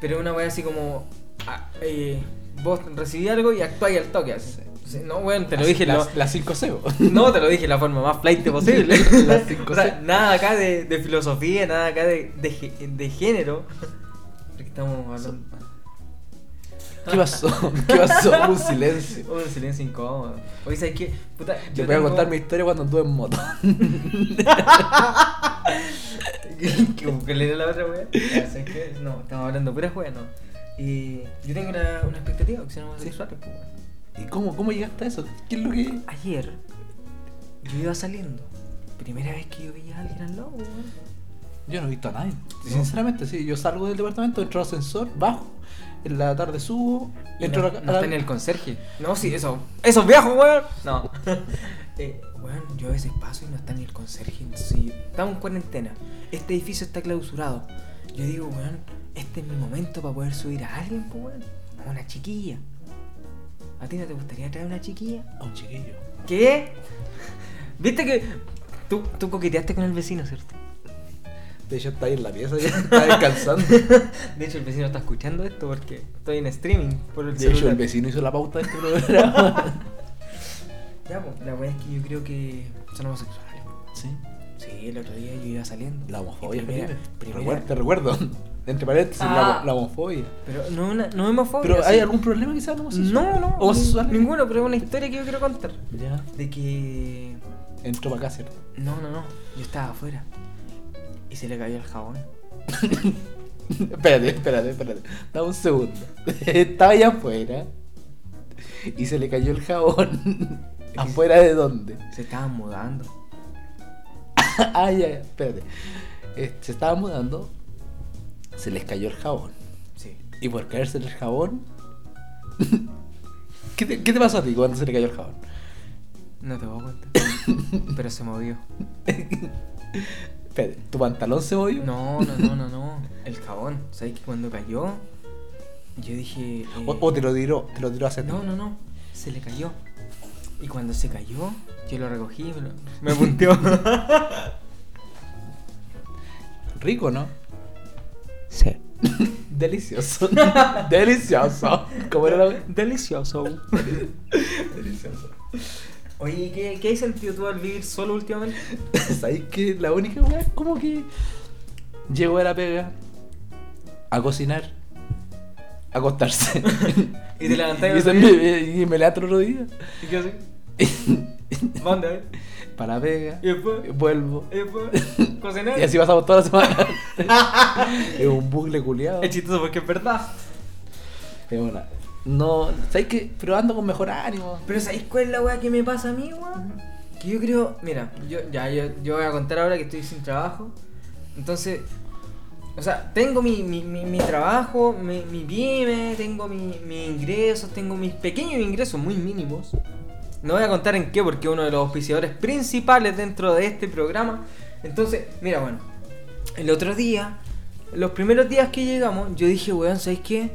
[SPEAKER 2] Pero una wea así como. ah, eh, vos recibí algo y actuáis al toque. así. Sí, No, weón, te lo dije.
[SPEAKER 1] Las-
[SPEAKER 2] no-
[SPEAKER 1] Las 5 cebo.
[SPEAKER 2] *laughs* No, te lo dije de la forma más flight posible.
[SPEAKER 1] *laughs* Las cinco
[SPEAKER 2] *laughs* O sea,
[SPEAKER 1] C.
[SPEAKER 2] nada acá de, de filosofía, nada acá de, de, gé- de género. Porque estamos hablando.
[SPEAKER 1] ¿Qué pasó? *laughs* ¿Qué pasó?
[SPEAKER 2] *laughs*
[SPEAKER 1] Hubo Un silencio.
[SPEAKER 2] Un Oh, silencio incómodo. Oye, ¿sabes qué? Puta,
[SPEAKER 1] Yo voy a
[SPEAKER 2] tengo-
[SPEAKER 1] contar
[SPEAKER 2] *laughs*
[SPEAKER 1] mi historia cuando anduve en moto. *laughs*
[SPEAKER 2] que busqué leer la otra wea. Ya, ¿sabes qué? No, estamos hablando pura wea, no. Y yo tengo una, una expectativa que sean homosexuales, pues, weón.
[SPEAKER 1] ¿Y cómo, cómo llegaste a eso? ¿Qué es lo que.?
[SPEAKER 2] Ayer yo iba saliendo. Primera vez que yo veía a alguien al lado, weón.
[SPEAKER 1] Yo no he visto a nadie.
[SPEAKER 2] ¿No?
[SPEAKER 1] Sinceramente, sí. Yo salgo del departamento, entro al ascensor, bajo. En la tarde subo,
[SPEAKER 2] Y
[SPEAKER 1] entro
[SPEAKER 2] no,
[SPEAKER 1] a la,
[SPEAKER 2] no
[SPEAKER 1] a la-
[SPEAKER 2] está en el conserje. No, sí, eso. Esos viejos, weón. No. *laughs* eh, weón, yo a veces paso y no está en el conserje. Entonces, yo- estamos en cuarentena. Este edificio está clausurado. Yo digo, weón, este es mi momento para poder subir a alguien, pues, weón. A una chiquilla. ¿A ti no te gustaría traer una chiquilla?
[SPEAKER 1] a un Oh, chiquillo.
[SPEAKER 2] ¿Qué? *laughs* ¿Viste que tú, tú coqueteaste con el vecino, cierto?
[SPEAKER 1] De hecho, está ahí en la pieza, ya está descansando.
[SPEAKER 2] *laughs* De hecho, el vecino está escuchando esto porque estoy en streaming por el
[SPEAKER 1] De hecho,
[SPEAKER 2] celular.
[SPEAKER 1] el vecino hizo la pauta
[SPEAKER 2] *laughs*
[SPEAKER 1] de este programa.
[SPEAKER 2] Ya, pues, la verdad es que yo creo que son homosexuales.
[SPEAKER 1] sí.
[SPEAKER 2] Sí, el otro día yo iba saliendo.
[SPEAKER 1] La
[SPEAKER 2] Y
[SPEAKER 1] homofobia,
[SPEAKER 2] primera-
[SPEAKER 1] Felipe.
[SPEAKER 2] primera-
[SPEAKER 1] Recuer- Te recuerdo. *laughs* Entre paréntesis,
[SPEAKER 2] Ah.
[SPEAKER 1] la, la homofobia.
[SPEAKER 2] Pero no, una, no homofobia.
[SPEAKER 1] ¿Pero hay
[SPEAKER 2] sí.
[SPEAKER 1] algún problema que sea homosexual?
[SPEAKER 2] No, no.
[SPEAKER 1] ¿Homosexual?
[SPEAKER 2] nin- Ninguno, pero es una historia que yo quiero contar.
[SPEAKER 1] Ya.
[SPEAKER 2] De que.
[SPEAKER 1] Entró para acá, ¿cierto? *laughs*
[SPEAKER 2] No, no, no. Yo estaba afuera. Y se le cayó el jabón.
[SPEAKER 1] espérate, espérate, espérate. Dame un segundo. *laughs* Estaba allá afuera. Y se le cayó el jabón. *laughs* ¿Afuera de dónde? *laughs*
[SPEAKER 2] Se estaban mudando.
[SPEAKER 1] ah, ya, ya, espérate. Eh, se estaba mudando. Se les cayó el jabón.
[SPEAKER 2] Sí.
[SPEAKER 1] Y por caerse el jabón. *laughs* ¿Qué te, ¿Qué te pasó a ti cuando se le cayó el jabón?
[SPEAKER 2] No te voy
[SPEAKER 1] *laughs*
[SPEAKER 2] a contar. pero se movió.
[SPEAKER 1] Espérate, ¿tu pantalón se movió?
[SPEAKER 2] No, no, no, no, no. El jabón. ¿Sabes que cuando cayó? Yo dije. eh,
[SPEAKER 1] O, o te lo tiró, te lo tiró hacia ti.
[SPEAKER 2] No, no, no. Se le cayó. Y cuando se cayó, yo lo
[SPEAKER 1] *laughs*
[SPEAKER 2] recogí y me, lo... me punteó.
[SPEAKER 1] Rico, ¿no?
[SPEAKER 2] sí.
[SPEAKER 1] *laughs* Delicioso. *laughs* Delicioso. ¿Cómo era la
[SPEAKER 2] Delicioso.
[SPEAKER 1] Delicioso.
[SPEAKER 2] Oye, ¿qué, ¿qué has sentido tú al vivir solo últimamente?
[SPEAKER 1] *laughs* ¿Sabéis que la única weá es como que llego a la pega a cocinar, a acostarse?
[SPEAKER 2] *laughs* Y te
[SPEAKER 1] *laughs*
[SPEAKER 2] levantáis
[SPEAKER 1] y,
[SPEAKER 2] otro
[SPEAKER 1] eso me- y me levanto el otro día.
[SPEAKER 2] ¿Y qué haces?
[SPEAKER 1] *laughs*
[SPEAKER 2] Manda, ¿eh?
[SPEAKER 1] Para la pega,
[SPEAKER 2] Y después,
[SPEAKER 1] vuelvo. *laughs*
[SPEAKER 2] y después, cocinar.
[SPEAKER 1] Y así pasamos toda la semana.
[SPEAKER 2] *laughs*
[SPEAKER 1] es un bucle culiado.
[SPEAKER 2] Es chistoso porque es verdad.
[SPEAKER 1] Es una. No, ¿sabéis que? Pero ando con mejor ánimo.
[SPEAKER 2] Pero ¿sabéis cuál es la weá que me pasa a mí, weón? Que yo creo, mira, yo, ya, yo, yo voy a contar ahora que estoy sin trabajo. Entonces, o sea, tengo mi, mi, mi, mi trabajo, mi, mi pyme, tengo mi- mis ingresos, tengo mis pequeños ingresos muy mínimos. No voy a contar en qué, porque uno de los auspiciadores principales dentro de este programa. Entonces, mira, bueno, el otro día, los primeros días que llegamos, yo dije, weón, ¿sabéis qué?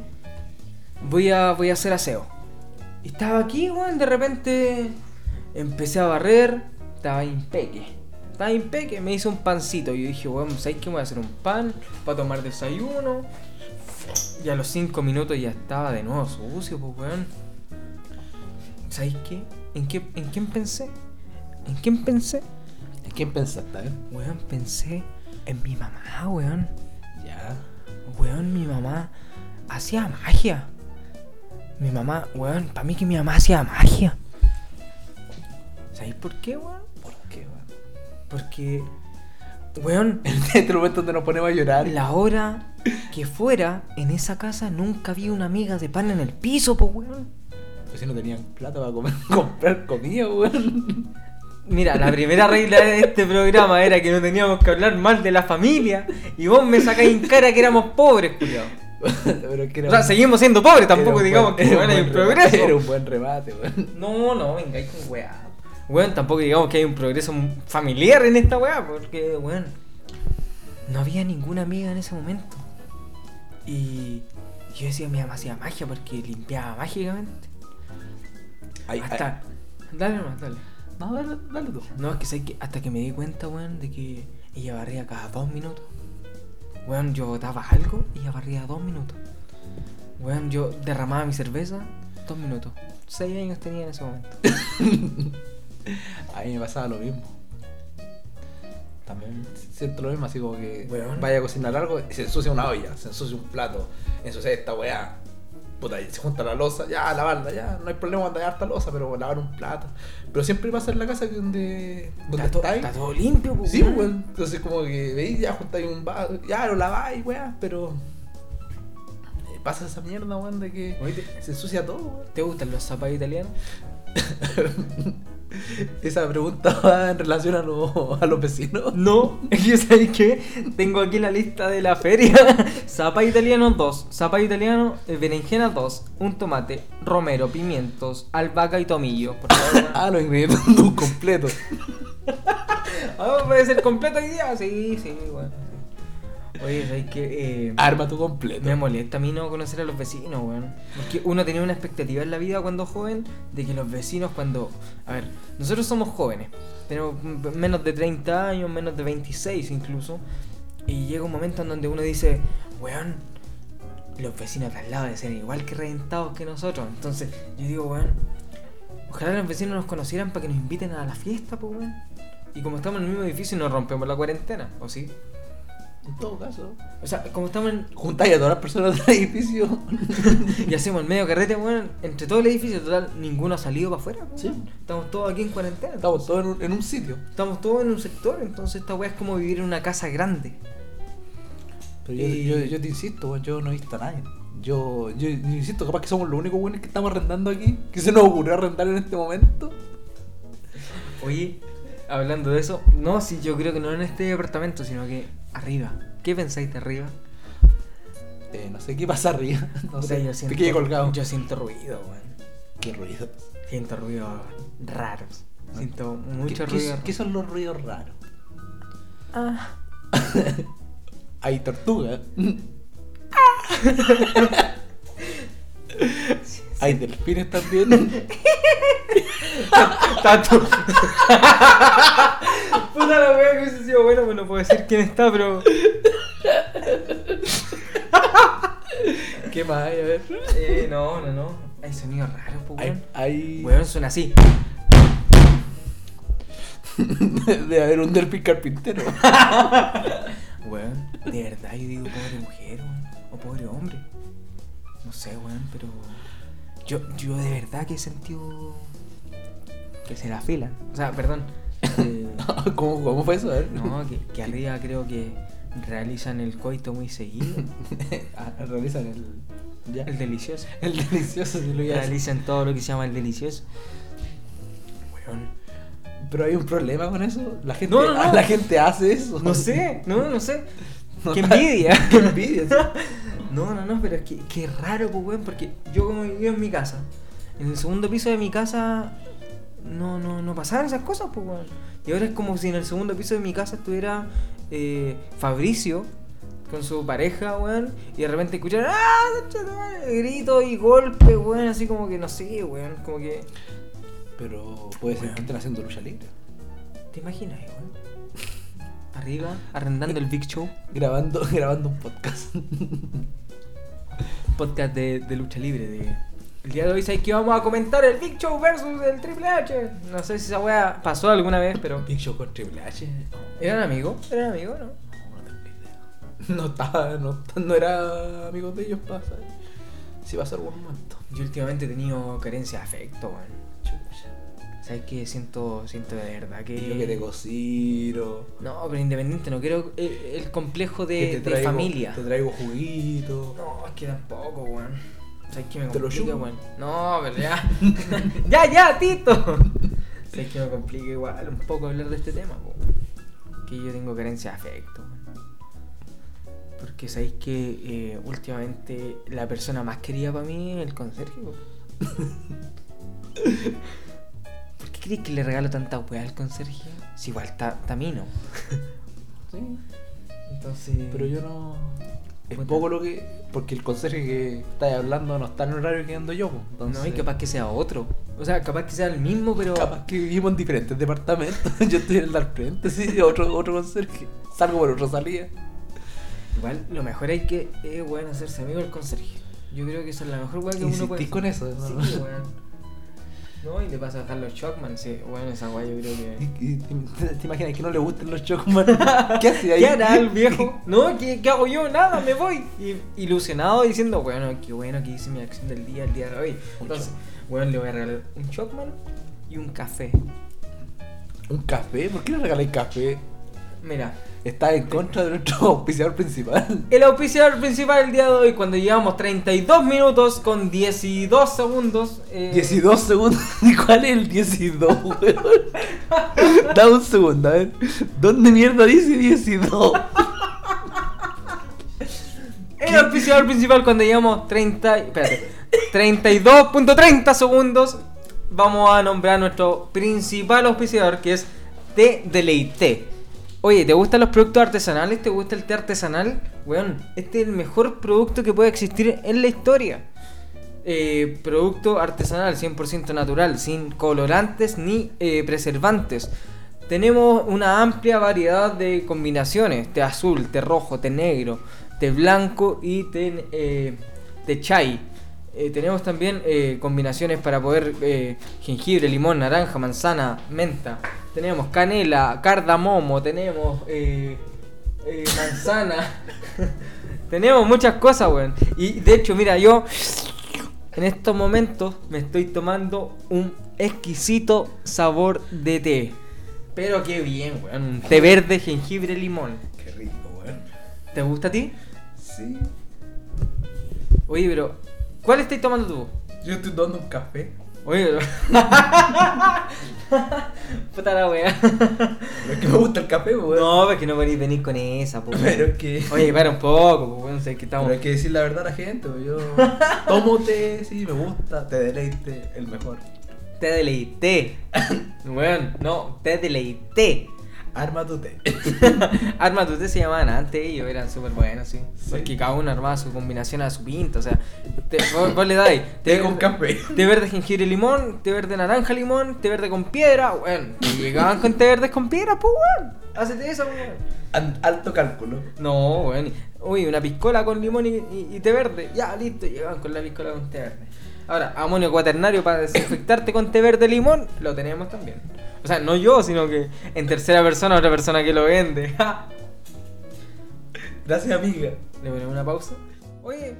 [SPEAKER 2] Voy a, voy a hacer aseo. Y estaba aquí, weón, de repente Empecé a barrer, estaba impeque. Estaba impeque, me hizo un pancito. Yo dije, bueno, ¿sabes qué? Me Voy a hacer un pan para tomar desayuno. Y a los 5 minutos ya estaba de nuevo sucio, pues weón. ¿Sabes qué? ¿En, qué? ¿En quién pensé? ¿En quién pensé?
[SPEAKER 1] ¿En quién pensaste, eh?
[SPEAKER 2] Weón, pensé en mi mamá, weón.
[SPEAKER 1] Ya.
[SPEAKER 2] Weón, mi mamá hacía magia. Mi mamá, weón, para mí que mi mamá hacía magia. ¿Sabéis por qué, weón?
[SPEAKER 1] ¿Por qué, weón? *laughs*
[SPEAKER 2] Porque, weón,
[SPEAKER 1] En este momento donde nos ponemos a llorar.
[SPEAKER 2] la hora que fuera en esa casa nunca vi una miga de pan en el piso, po, weón.
[SPEAKER 1] Pues si no tenían plata para comer, *laughs* comprar comida, weón. *laughs*
[SPEAKER 2] Mira, la primera regla de este programa era que no teníamos que hablar mal de la familia. Y vos me sacáis en cara que éramos pobres, culiao.
[SPEAKER 1] Pero es que era
[SPEAKER 2] O sea,
[SPEAKER 1] un-
[SPEAKER 2] seguimos siendo pobres,
[SPEAKER 1] era
[SPEAKER 2] tampoco
[SPEAKER 1] un
[SPEAKER 2] digamos
[SPEAKER 1] buen-
[SPEAKER 2] que
[SPEAKER 1] era un
[SPEAKER 2] bueno, hay
[SPEAKER 1] buen
[SPEAKER 2] un
[SPEAKER 1] remate,
[SPEAKER 2] progreso.
[SPEAKER 1] Era un buen remate, weón.
[SPEAKER 2] No, no, venga, ahí con weá. Weón, tampoco digamos que hay un progreso familiar en esta weá, porque, weón, no había ninguna amiga en ese momento. Y yo decía, mi mamá hacía magia porque limpiaba mágicamente.
[SPEAKER 1] Ahí
[SPEAKER 2] Hasta. Dale nomás, dale.
[SPEAKER 1] No, dale, dale tú.
[SPEAKER 2] No, es que sé que hasta que me di cuenta, weón, de que ella barría cada dos minutos. Weón, yo botaba algo y ella barría dos minutos. Weón, yo derramaba mi cerveza dos minutos. Seis años tenía en ese momento.
[SPEAKER 1] A mí me pasaba lo mismo. También siento lo mismo, así como que
[SPEAKER 2] Weón.
[SPEAKER 1] vaya a cocinar algo y se ensucia una olla, se ensucia un plato, ensucia esta weá. Puta, y se junta la losa, ya lavarla, ya, no hay problema con dañar esta losa, pero lavar un plato. Pero siempre pasa en la casa que donde, donde
[SPEAKER 2] Está, to-
[SPEAKER 1] estáis.
[SPEAKER 2] está todo limpio, pues, po,
[SPEAKER 1] Sí, pues, weón. Entonces como que veis, ya juntáis un vaso, ya lo laváis, weá, pero. eh, Pasa esa mierda, weón, de que
[SPEAKER 2] Oye, ¿te,
[SPEAKER 1] se ensucia todo, weón.
[SPEAKER 2] te gustan los zapatos italianos?
[SPEAKER 1] *laughs* Esa pregunta va en relación a, los a los vecinos.
[SPEAKER 2] No, *laughs* es que ¿sabes qué? Tengo aquí la lista de la feria. *laughs* Zapato italiano 2, zapato italiano, eh, berenjena 2, un tomate, romero, pimientos, albahaca y tomillo. Por favor, *laughs* weón.
[SPEAKER 1] Ah, los ingredientes de un *laughs* completo.
[SPEAKER 2] Ah, puede ser completo hoy día. Sí, sí, bueno. sí. Oye, ¿sabes qué? Eh,
[SPEAKER 1] Arma tu completo.
[SPEAKER 2] me molesta a mí no conocer a los vecinos, weón. Porque uno tenía una expectativa en la vida cuando joven de que los vecinos cuando... A ver, nosotros somos jóvenes. Tenemos m- menos de 30 años, menos de 26 incluso. Y llega un momento en donde uno dice, weón, los vecinos de al lado ser igual que reventados que nosotros. Entonces yo digo, weón, ojalá los vecinos nos conocieran para que nos inviten a la fiesta, pues, weón. Y como estamos en el mismo edificio no rompemos la cuarentena, ¿o sí?
[SPEAKER 1] En todo caso,
[SPEAKER 2] O sea, como estamos en,
[SPEAKER 1] juntáis a todas las personas del edificio.
[SPEAKER 2] *laughs* Y hacemos el medio carrete, weón, entre todo el edificio, total, ninguno ha salido para afuera, weón.
[SPEAKER 1] Sí.
[SPEAKER 2] Estamos todos aquí en cuarentena. Estamos,
[SPEAKER 1] Estamos todos en un, en un sitio.
[SPEAKER 2] todos en un sector, entonces esta weá es como vivir en una casa grande.
[SPEAKER 1] Pero yo,
[SPEAKER 2] Y-
[SPEAKER 1] yo, yo te insisto, weón, yo no he visto a nadie. Yo, yo, yo insisto, capaz que somos los únicos buenos que estamos arrendando aquí. Que se nos ocurrió arrendar en este momento.
[SPEAKER 2] Oye, hablando de eso, no, sí, yo creo que no en este departamento, sino que arriba. ¿Qué pensáis de arriba?
[SPEAKER 1] Eh, no sé qué pasa arriba. *laughs* No
[SPEAKER 2] Puta,
[SPEAKER 1] sé,
[SPEAKER 2] yo
[SPEAKER 1] te
[SPEAKER 2] siento,
[SPEAKER 1] quedé colgado.
[SPEAKER 2] Yo siento ruido, weón.
[SPEAKER 1] Qué ruido.
[SPEAKER 2] Siento ruidos raros. Siento mucho
[SPEAKER 1] ¿Qué- qué-
[SPEAKER 2] ruido.
[SPEAKER 1] ¿Qué son los ruidos raros?
[SPEAKER 2] Ah.
[SPEAKER 1] *laughs* Hay *laughs* tortugas. Hay delfines también.
[SPEAKER 2] Tato. *laughs* Puta la wea que hubiese sido bueno, pues no puedo decir quién está, pero.
[SPEAKER 1] *laughs* ¿Qué más hay? A ver.
[SPEAKER 2] Eh, no, no, no. Hay sonidos raros, pues
[SPEAKER 1] Hay.
[SPEAKER 2] weón.
[SPEAKER 1] hay-
[SPEAKER 2] Weón suena así.
[SPEAKER 1] *laughs* Debe haber un delfín carpintero. *laughs*
[SPEAKER 2] Weón, de verdad yo digo pobre mujer, weón. O pobre hombre. No sé, weón, pero. Yo, yo de verdad que he sentido. Que se la filan. O sea, perdón. Eh,
[SPEAKER 1] ¿Cómo, cómo fue eso? A ver.
[SPEAKER 2] no, que, que arriba creo que realizan el coito muy seguido.
[SPEAKER 1] *laughs* Ah, Realizan el. Ya.
[SPEAKER 2] El
[SPEAKER 1] El,
[SPEAKER 2] delicioso.
[SPEAKER 1] delicioso, si lo iba a decir.
[SPEAKER 2] realizan todo lo que se llama el delicioso. Weón.
[SPEAKER 1] Pero hay un problema con eso. La gente,
[SPEAKER 2] No, no,
[SPEAKER 1] *laughs*
[SPEAKER 2] no.
[SPEAKER 1] La gente hace eso.
[SPEAKER 2] No sé, no, no sé.
[SPEAKER 1] *laughs* No
[SPEAKER 2] Qué
[SPEAKER 1] está-
[SPEAKER 2] envidia.
[SPEAKER 1] *laughs* Qué envidia. sí.
[SPEAKER 2] *laughs* No, no, no, pero es que qué raro, pues, weón, porque yo como vivía en mi casa, en el segundo piso de mi casa no, no, no pasaban esas cosas, pues, weón. Y ahora es como si en el segundo piso de mi casa estuviera eh, Fabricio con su pareja, weón, y de repente escuchar ¡Ah! concha tu madre", Gritos y golpes, weón, así como que no sé, weón, como que
[SPEAKER 1] Pero puedes estar haciendo lucha libre.
[SPEAKER 2] ¿Te imaginas, weón? *laughs* Arriba,
[SPEAKER 1] Eh,
[SPEAKER 2] arrendando el Big Show.
[SPEAKER 1] Grabando, *laughs* grabando un podcast.
[SPEAKER 2] Podcast de, de lucha libre. De... El día de hoy sabéis que vamos a comentar el Big Show versus el Triple H. No sé si esa wea pasó alguna vez, pero.
[SPEAKER 1] Big Show con Triple H.
[SPEAKER 2] ¿Eran amigos? ¿Eran amigos, no?
[SPEAKER 1] No, no tengo idea. No estaba, no, no era amigo de ellos para saber si va a ser buen momento.
[SPEAKER 2] Yo últimamente he tenido carencia de afecto, weón.
[SPEAKER 1] Chucha.
[SPEAKER 2] ¿Sabes qué? Siento, siento de verdad que.
[SPEAKER 1] Yo que te cociro.
[SPEAKER 2] No, pero independiente, no quiero el, el complejo
[SPEAKER 1] que te
[SPEAKER 2] de, de
[SPEAKER 1] traigo-
[SPEAKER 2] familia.
[SPEAKER 1] Te traigo juguito.
[SPEAKER 2] No, es que tampoco, weón. ¿Sabes qué me
[SPEAKER 1] Te lo
[SPEAKER 2] complica,
[SPEAKER 1] yugo.
[SPEAKER 2] weón? No, pero
[SPEAKER 1] *laughs*
[SPEAKER 2] ya. *laughs* ya, ya, Tito. ¿Sabes que me complica igual un poco hablar de este tema, po, weón? Que yo tengo carencia de afecto, weón. Porque sabéis que eh, últimamente la persona más querida para mí es el conserje,
[SPEAKER 1] *laughs*
[SPEAKER 2] po. ¿Por qué crees que le regalo tanta weá al conserje? Si igual está tamino.
[SPEAKER 1] Sí.
[SPEAKER 2] Entonces.
[SPEAKER 1] Pero yo no. Es
[SPEAKER 2] Puta.
[SPEAKER 1] poco lo que. Porque el conserje que estáis hablando no está en el horario que ando yo. pues, Entonces,
[SPEAKER 2] No, y capaz que sea otro. O sea, capaz que sea el mismo, pero.
[SPEAKER 1] Capaz que vivimos en diferentes departamentos. *laughs* yo estoy en el de al frente, sí, otro, otro conserje. Salgo por otra salida.
[SPEAKER 2] Igual, lo mejor hay que, eh, weón, hacerse amigo del conserje. Yo creo que esa es la mejor weá que uno puede.
[SPEAKER 1] Insistís
[SPEAKER 2] hacer.
[SPEAKER 1] con eso, ¿no? *laughs*
[SPEAKER 2] Sí, weón. No, y te pasa a dejar los Shockman, sí. Bueno, esa weá yo creo que.
[SPEAKER 1] Y- y- ¿Te, te imaginas que no le gusten los chocos, *laughs* ¿Qué hacía ahí?
[SPEAKER 2] ¿Qué hará
[SPEAKER 1] *laughs*
[SPEAKER 2] el viejo? No, ¿qué, qué hago yo? Nada, me voy. Y- ilusionado diciendo, bueno, qué bueno que hice mi acción del día, el día de hoy.
[SPEAKER 1] Un
[SPEAKER 2] Entonces, bueno, le voy a regalar un Shockman y un café.
[SPEAKER 1] ¿Un café? ¿Por qué le regaláis café?
[SPEAKER 2] Mira,
[SPEAKER 1] Está en contra de nuestro *laughs* auspiciador principal.
[SPEAKER 2] El auspiciador principal del día de hoy, cuando llevamos 32 minutos con 12 segundos. eh,
[SPEAKER 1] 12 segundos. *laughs* ¿Y cuál es el 12, weón? *laughs* Dame un segundo, a ver. ¿Dónde mierda dice 12?
[SPEAKER 2] El auspiciador principal, cuando llevamos 30. Espérate. 32.30 segundos, vamos a nombrar a nuestro principal auspiciador que es Te Deleite. Oye, ¿te gustan los productos artesanales? ¿Te gusta el té artesanal? Weón, este es el mejor producto que puede existir en la historia. Eh, producto artesanal, 100% natural, sin colorantes ni eh, preservantes. Tenemos una amplia variedad de combinaciones: té azul, té rojo, té negro, té blanco y té, eh, té chai. Eh, tenemos también eh, combinaciones para poder eh, jengibre, limón, naranja, manzana, menta. Tenemos canela, cardamomo, tenemos eh, eh, manzana. *laughs* tenemos muchas cosas, weón. Y de hecho, mira, yo en estos momentos me estoy tomando un exquisito sabor de té. Pero qué bien, weón. Un té verde, jengibre, limón.
[SPEAKER 1] Qué rico, weón.
[SPEAKER 2] ¿Te gusta a ti?
[SPEAKER 1] Sí.
[SPEAKER 2] Oye, pero ¿cuál estáis tomando tú?
[SPEAKER 1] Yo estoy tomando un café.
[SPEAKER 2] Oye, pero... *laughs* Puta la wea.
[SPEAKER 1] No es que me gusta el café, weón.
[SPEAKER 2] No, pero es que no podéis venir con esa, po. weón.
[SPEAKER 1] Pero es que.
[SPEAKER 2] Oye, para un poco, po, weón, sé que estamos...
[SPEAKER 1] Pero hay que decir la verdad a la gente, weón. *laughs* Yo tomo té, sí, me gusta. Te deleite, el mejor.
[SPEAKER 2] Te deleité. *coughs* Weón, no, te deleité.
[SPEAKER 1] Arma tu té.
[SPEAKER 2] Armas de ustedes se llamaban antes ellos, eran súper buenos, sí.
[SPEAKER 1] Sí.
[SPEAKER 2] Porque cada uno armaba su combinación a su pinta, o sea, te, vos, vos le dais *laughs*
[SPEAKER 1] Té con café.
[SPEAKER 2] té verde jengibre limón, té verde naranja limón, té verde con piedra, weón. Y Llegaban con té verdes con piedra, pues weón. Hacete eso, weón.
[SPEAKER 1] An- alto cálculo.
[SPEAKER 2] No, weón. Uy, una piscola con limón y, y- y té verde. Ya, listo, llegaban con la piscola con té verde. Ahora, amonio cuaternario para desinfectarte con té verde limón, lo tenemos también. O sea, no yo, sino que en tercera persona otra persona que lo vende. *laughs* ja.
[SPEAKER 1] Gracias, amiga.
[SPEAKER 2] ¿Le ponemos una pausa? Oye,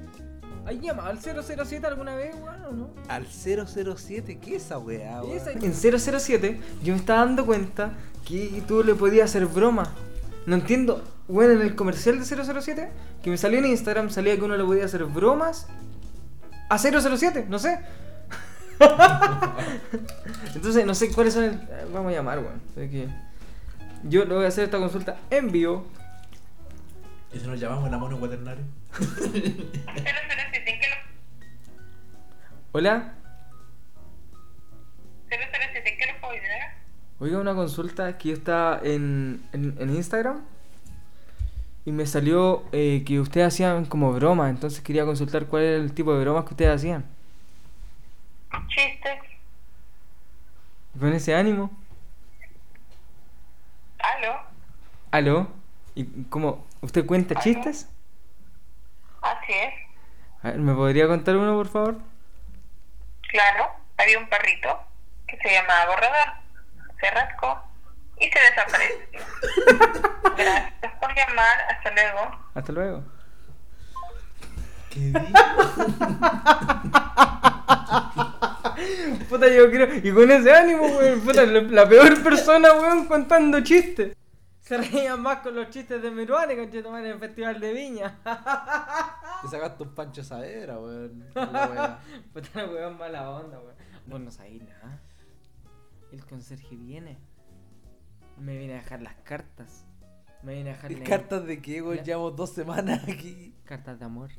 [SPEAKER 2] ¿hay llamado al 007 alguna vez, weón, o no?
[SPEAKER 1] Al 007, ¿qué es esa weá, weón?
[SPEAKER 2] Esa- En 007 yo me estaba dando cuenta que tú le podías hacer broma. No entiendo. Bueno, en el comercial de 007, que me salió en Instagram, salía que uno le podía hacer bromas a 007, no sé. *laughs* Entonces, no sé cuáles son el... eh, Vamos a llamar, weón. Sé que- Yo le voy a hacer esta consulta en vivo.
[SPEAKER 1] Y si nos llamamos la mono cuaternario.
[SPEAKER 2] Hola,
[SPEAKER 3] Pero espérate, ¿de qué los puedo ayudar?
[SPEAKER 2] Oiga, una consulta que yo estaba en, en, en Instagram y me salió eh, que ustedes hacían como bromas, entonces quería consultar cuál era el tipo de bromas que ustedes hacían.
[SPEAKER 3] Chistes.
[SPEAKER 2] Con ese ánimo.
[SPEAKER 3] ¿Aló?
[SPEAKER 2] ¿Aló? ¿Y cómo? ¿Usted cuenta
[SPEAKER 3] ¿Aló?
[SPEAKER 2] chistes?
[SPEAKER 3] Así es.
[SPEAKER 2] A ver, ¿me podría contar uno, por favor?
[SPEAKER 3] Claro, había un perrito que se llamaba Borrador. Se rascó y se desapareció. Gracias por llamar. Hasta luego.
[SPEAKER 2] Hasta luego. *laughs*
[SPEAKER 4] ¿Qué dijo?
[SPEAKER 1] *laughs*
[SPEAKER 2] Puta, yo creo. Y con ese ánimo, weón. Puta, la, la peor persona, weón, contando chistes. Se reían más con los chistes de Meruane, conchetumare, en el Festival de Viña.
[SPEAKER 1] Te sacaste un pancho sadera, weón. *laughs* La wea.
[SPEAKER 2] *laughs* Puta, weón, mala onda, weón. Vos no sabés nada. El conserje viene. Me viene a dejar las cartas. Me viene a dejar la-
[SPEAKER 1] ¿Cartas de qué, weón?
[SPEAKER 2] Ya.
[SPEAKER 1] Llevamos dos semanas aquí.
[SPEAKER 2] cartas de amor.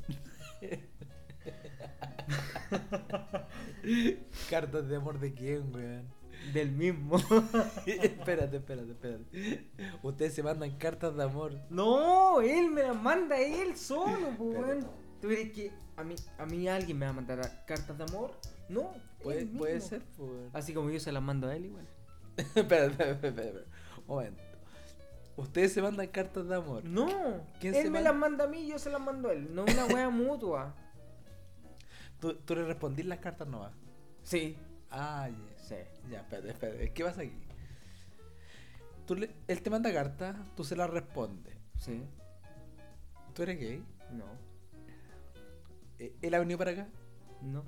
[SPEAKER 1] ¿Cartas de amor de quién, weón? *laughs*
[SPEAKER 2] Del mismo. *laughs*
[SPEAKER 1] espérate, espérate, espérate. Ustedes se mandan cartas de amor.
[SPEAKER 2] No, él me las manda él solo, po,
[SPEAKER 1] Pero-
[SPEAKER 2] weón. ¿Tú crees que a mí, a mí alguien me va a mandar a- cartas de amor? No,
[SPEAKER 1] Puede,
[SPEAKER 2] él mismo.
[SPEAKER 1] puede ser, po, weón.
[SPEAKER 2] Así como yo se las mando a él igual.
[SPEAKER 1] *laughs* espérate, espérate, espérate, espérate. Un momento. Ustedes se mandan cartas de amor.
[SPEAKER 2] No,
[SPEAKER 1] ¿Quién
[SPEAKER 2] él
[SPEAKER 1] se
[SPEAKER 2] me
[SPEAKER 1] manda?
[SPEAKER 2] las manda a mí y yo se las mando a él. No una wea *laughs* mutua.
[SPEAKER 1] Tú, tú le respondís las cartas nomás.
[SPEAKER 2] Sí,
[SPEAKER 1] Ah, ya.
[SPEAKER 2] sí.
[SPEAKER 1] Ya, espérate, espérate. ¿Qué pasa aquí? Tú le- él te manda cartas, tú se las respondes.
[SPEAKER 2] Sí,
[SPEAKER 1] ¿Tú eres gay?
[SPEAKER 2] no,
[SPEAKER 1] ¿Eh, ¿Él ha venido para acá? *laughs*
[SPEAKER 2] no.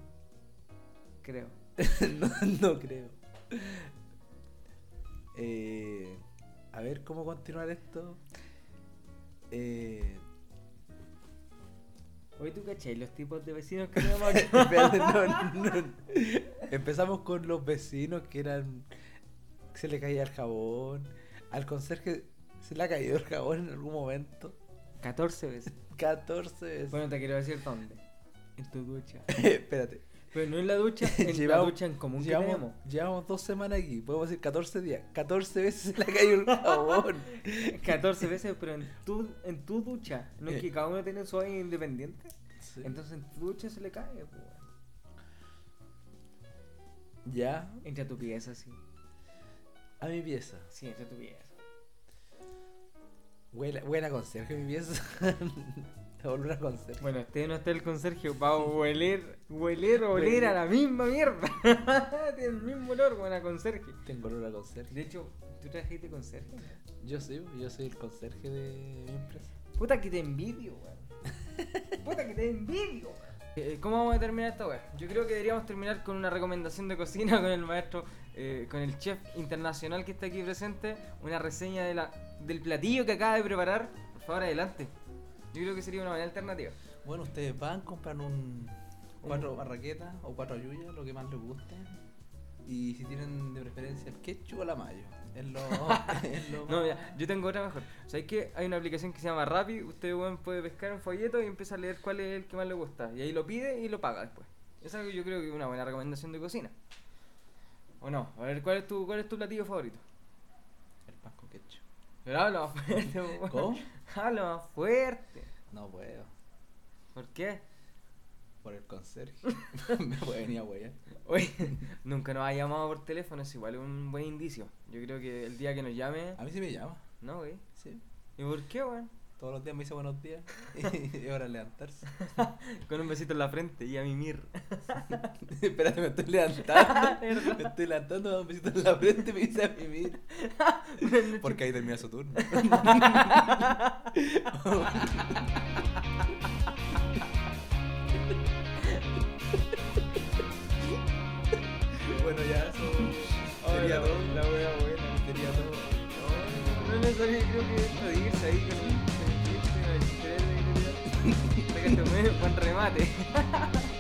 [SPEAKER 2] Creo.
[SPEAKER 1] no, no creo. Eh, a ver cómo continuar esto. Eh,
[SPEAKER 2] Hoy tú cachai los tipos de
[SPEAKER 1] *laughs*
[SPEAKER 2] vecinos que tenemos aquí.
[SPEAKER 1] espérate, no, no. Empezamos con los vecinos que eran. que se le caía el jabón. Al conserje se le ha caído el jabón en algún momento.
[SPEAKER 2] 14 veces.
[SPEAKER 1] 14 veces.
[SPEAKER 2] Bueno, te quiero decir dónde. En tu ducha.
[SPEAKER 1] espérate.
[SPEAKER 2] Pero no en la ducha, en la ducha en común que
[SPEAKER 1] llevamos, *laughs*
[SPEAKER 2] tenemos.
[SPEAKER 1] llevamos dos semanas aquí, podemos decir 14 días. 14 veces se le ha caído el
[SPEAKER 2] *laughs*
[SPEAKER 1] jabón.
[SPEAKER 2] 14 veces, pero en tu, en tu ducha. No es que cada uno tiene su baño independiente.
[SPEAKER 1] Eh. Sí.
[SPEAKER 2] Entonces en tu ducha se le cae, pues. weón.
[SPEAKER 1] Ya,
[SPEAKER 2] Entra a tu pieza, sí.
[SPEAKER 1] a mi pieza.
[SPEAKER 2] Sí, entra a tu pieza.
[SPEAKER 1] Huele, huele a conserje mi pieza. *laughs* a olor a conserje.
[SPEAKER 2] Bueno, este no está el conserje, va a hueler, hueler, oler
[SPEAKER 1] Huele.
[SPEAKER 2] a la misma mierda. *laughs* tiene el mismo olor, buena conserje.
[SPEAKER 1] Tengo olor a conserje.
[SPEAKER 2] De hecho, ¿tú trajiste conserje?
[SPEAKER 1] Yo soy, yo soy el conserje de mi empresa.
[SPEAKER 2] Puta que te envidio, *laughs* weón. Puta que te envidio, weón. Eh, ¿Cómo vamos a terminar esta weón? Yo creo que deberíamos terminar con una recomendación de cocina con el maestro, eh, con el chef internacional que está aquí presente. Una reseña de la, del platillo que acaba de preparar. Por favor, adelante. Yo creo que sería una buena alternativa.
[SPEAKER 4] Bueno, ustedes van, compran un cuatro barraquetas o cuatro ayuyas, lo que más les guste. Y si tienen de preferencia el ketchup o la mayo. Es
[SPEAKER 2] *laughs*
[SPEAKER 4] lo. es lo
[SPEAKER 2] No, mira, yo tengo otra mejor. ¿Sabéis que hay una aplicación que se llama Rappi? Usted weón, puede pescar un folleto y empieza a leer cuál es el que más le gusta. Y ahí lo pide y lo paga después. Esa yo creo que es una buena recomendación de cocina. ¿O no? A ver, ¿cuál es tu, cuál es tu platillo favorito?
[SPEAKER 4] El pan con ketchup.
[SPEAKER 2] Pero habla más fuerte, weón.
[SPEAKER 4] ¿Cómo?
[SPEAKER 2] *laughs* Habla más fuerte.
[SPEAKER 4] No puedo.
[SPEAKER 2] ¿Por qué?
[SPEAKER 4] Por el conserje. *laughs* Me puede venir a huear.
[SPEAKER 2] Oye, *laughs* nunca nos ha llamado por teléfono, es igual un buen indicio. Yo creo que el día que nos llame.
[SPEAKER 4] A mí sí me llama.
[SPEAKER 2] No, güey.
[SPEAKER 4] Sí.
[SPEAKER 2] ¿Y por qué, weón?
[SPEAKER 4] Todos los días me dice buenos días. *laughs* y ahora levantarse. *laughs*
[SPEAKER 2] Con un besito en la frente y a *laughs* mimir.
[SPEAKER 4] Espérate, me estoy levantando.
[SPEAKER 2] Ah, Es verdad.
[SPEAKER 4] me estoy levantando, me da un besito en la frente y me dice a
[SPEAKER 2] *laughs*
[SPEAKER 4] vivir.
[SPEAKER 2] Buenas noches.
[SPEAKER 4] Porque ahí termina su
[SPEAKER 2] *laughs*
[SPEAKER 4] turno. bueno, ya eso sería todo.
[SPEAKER 2] La wea buena.
[SPEAKER 4] Sería todo.
[SPEAKER 2] No me salió, creo que esto de irse ahí con un con el chiste, con el chiste, con el chiste. Pégate un buen remate.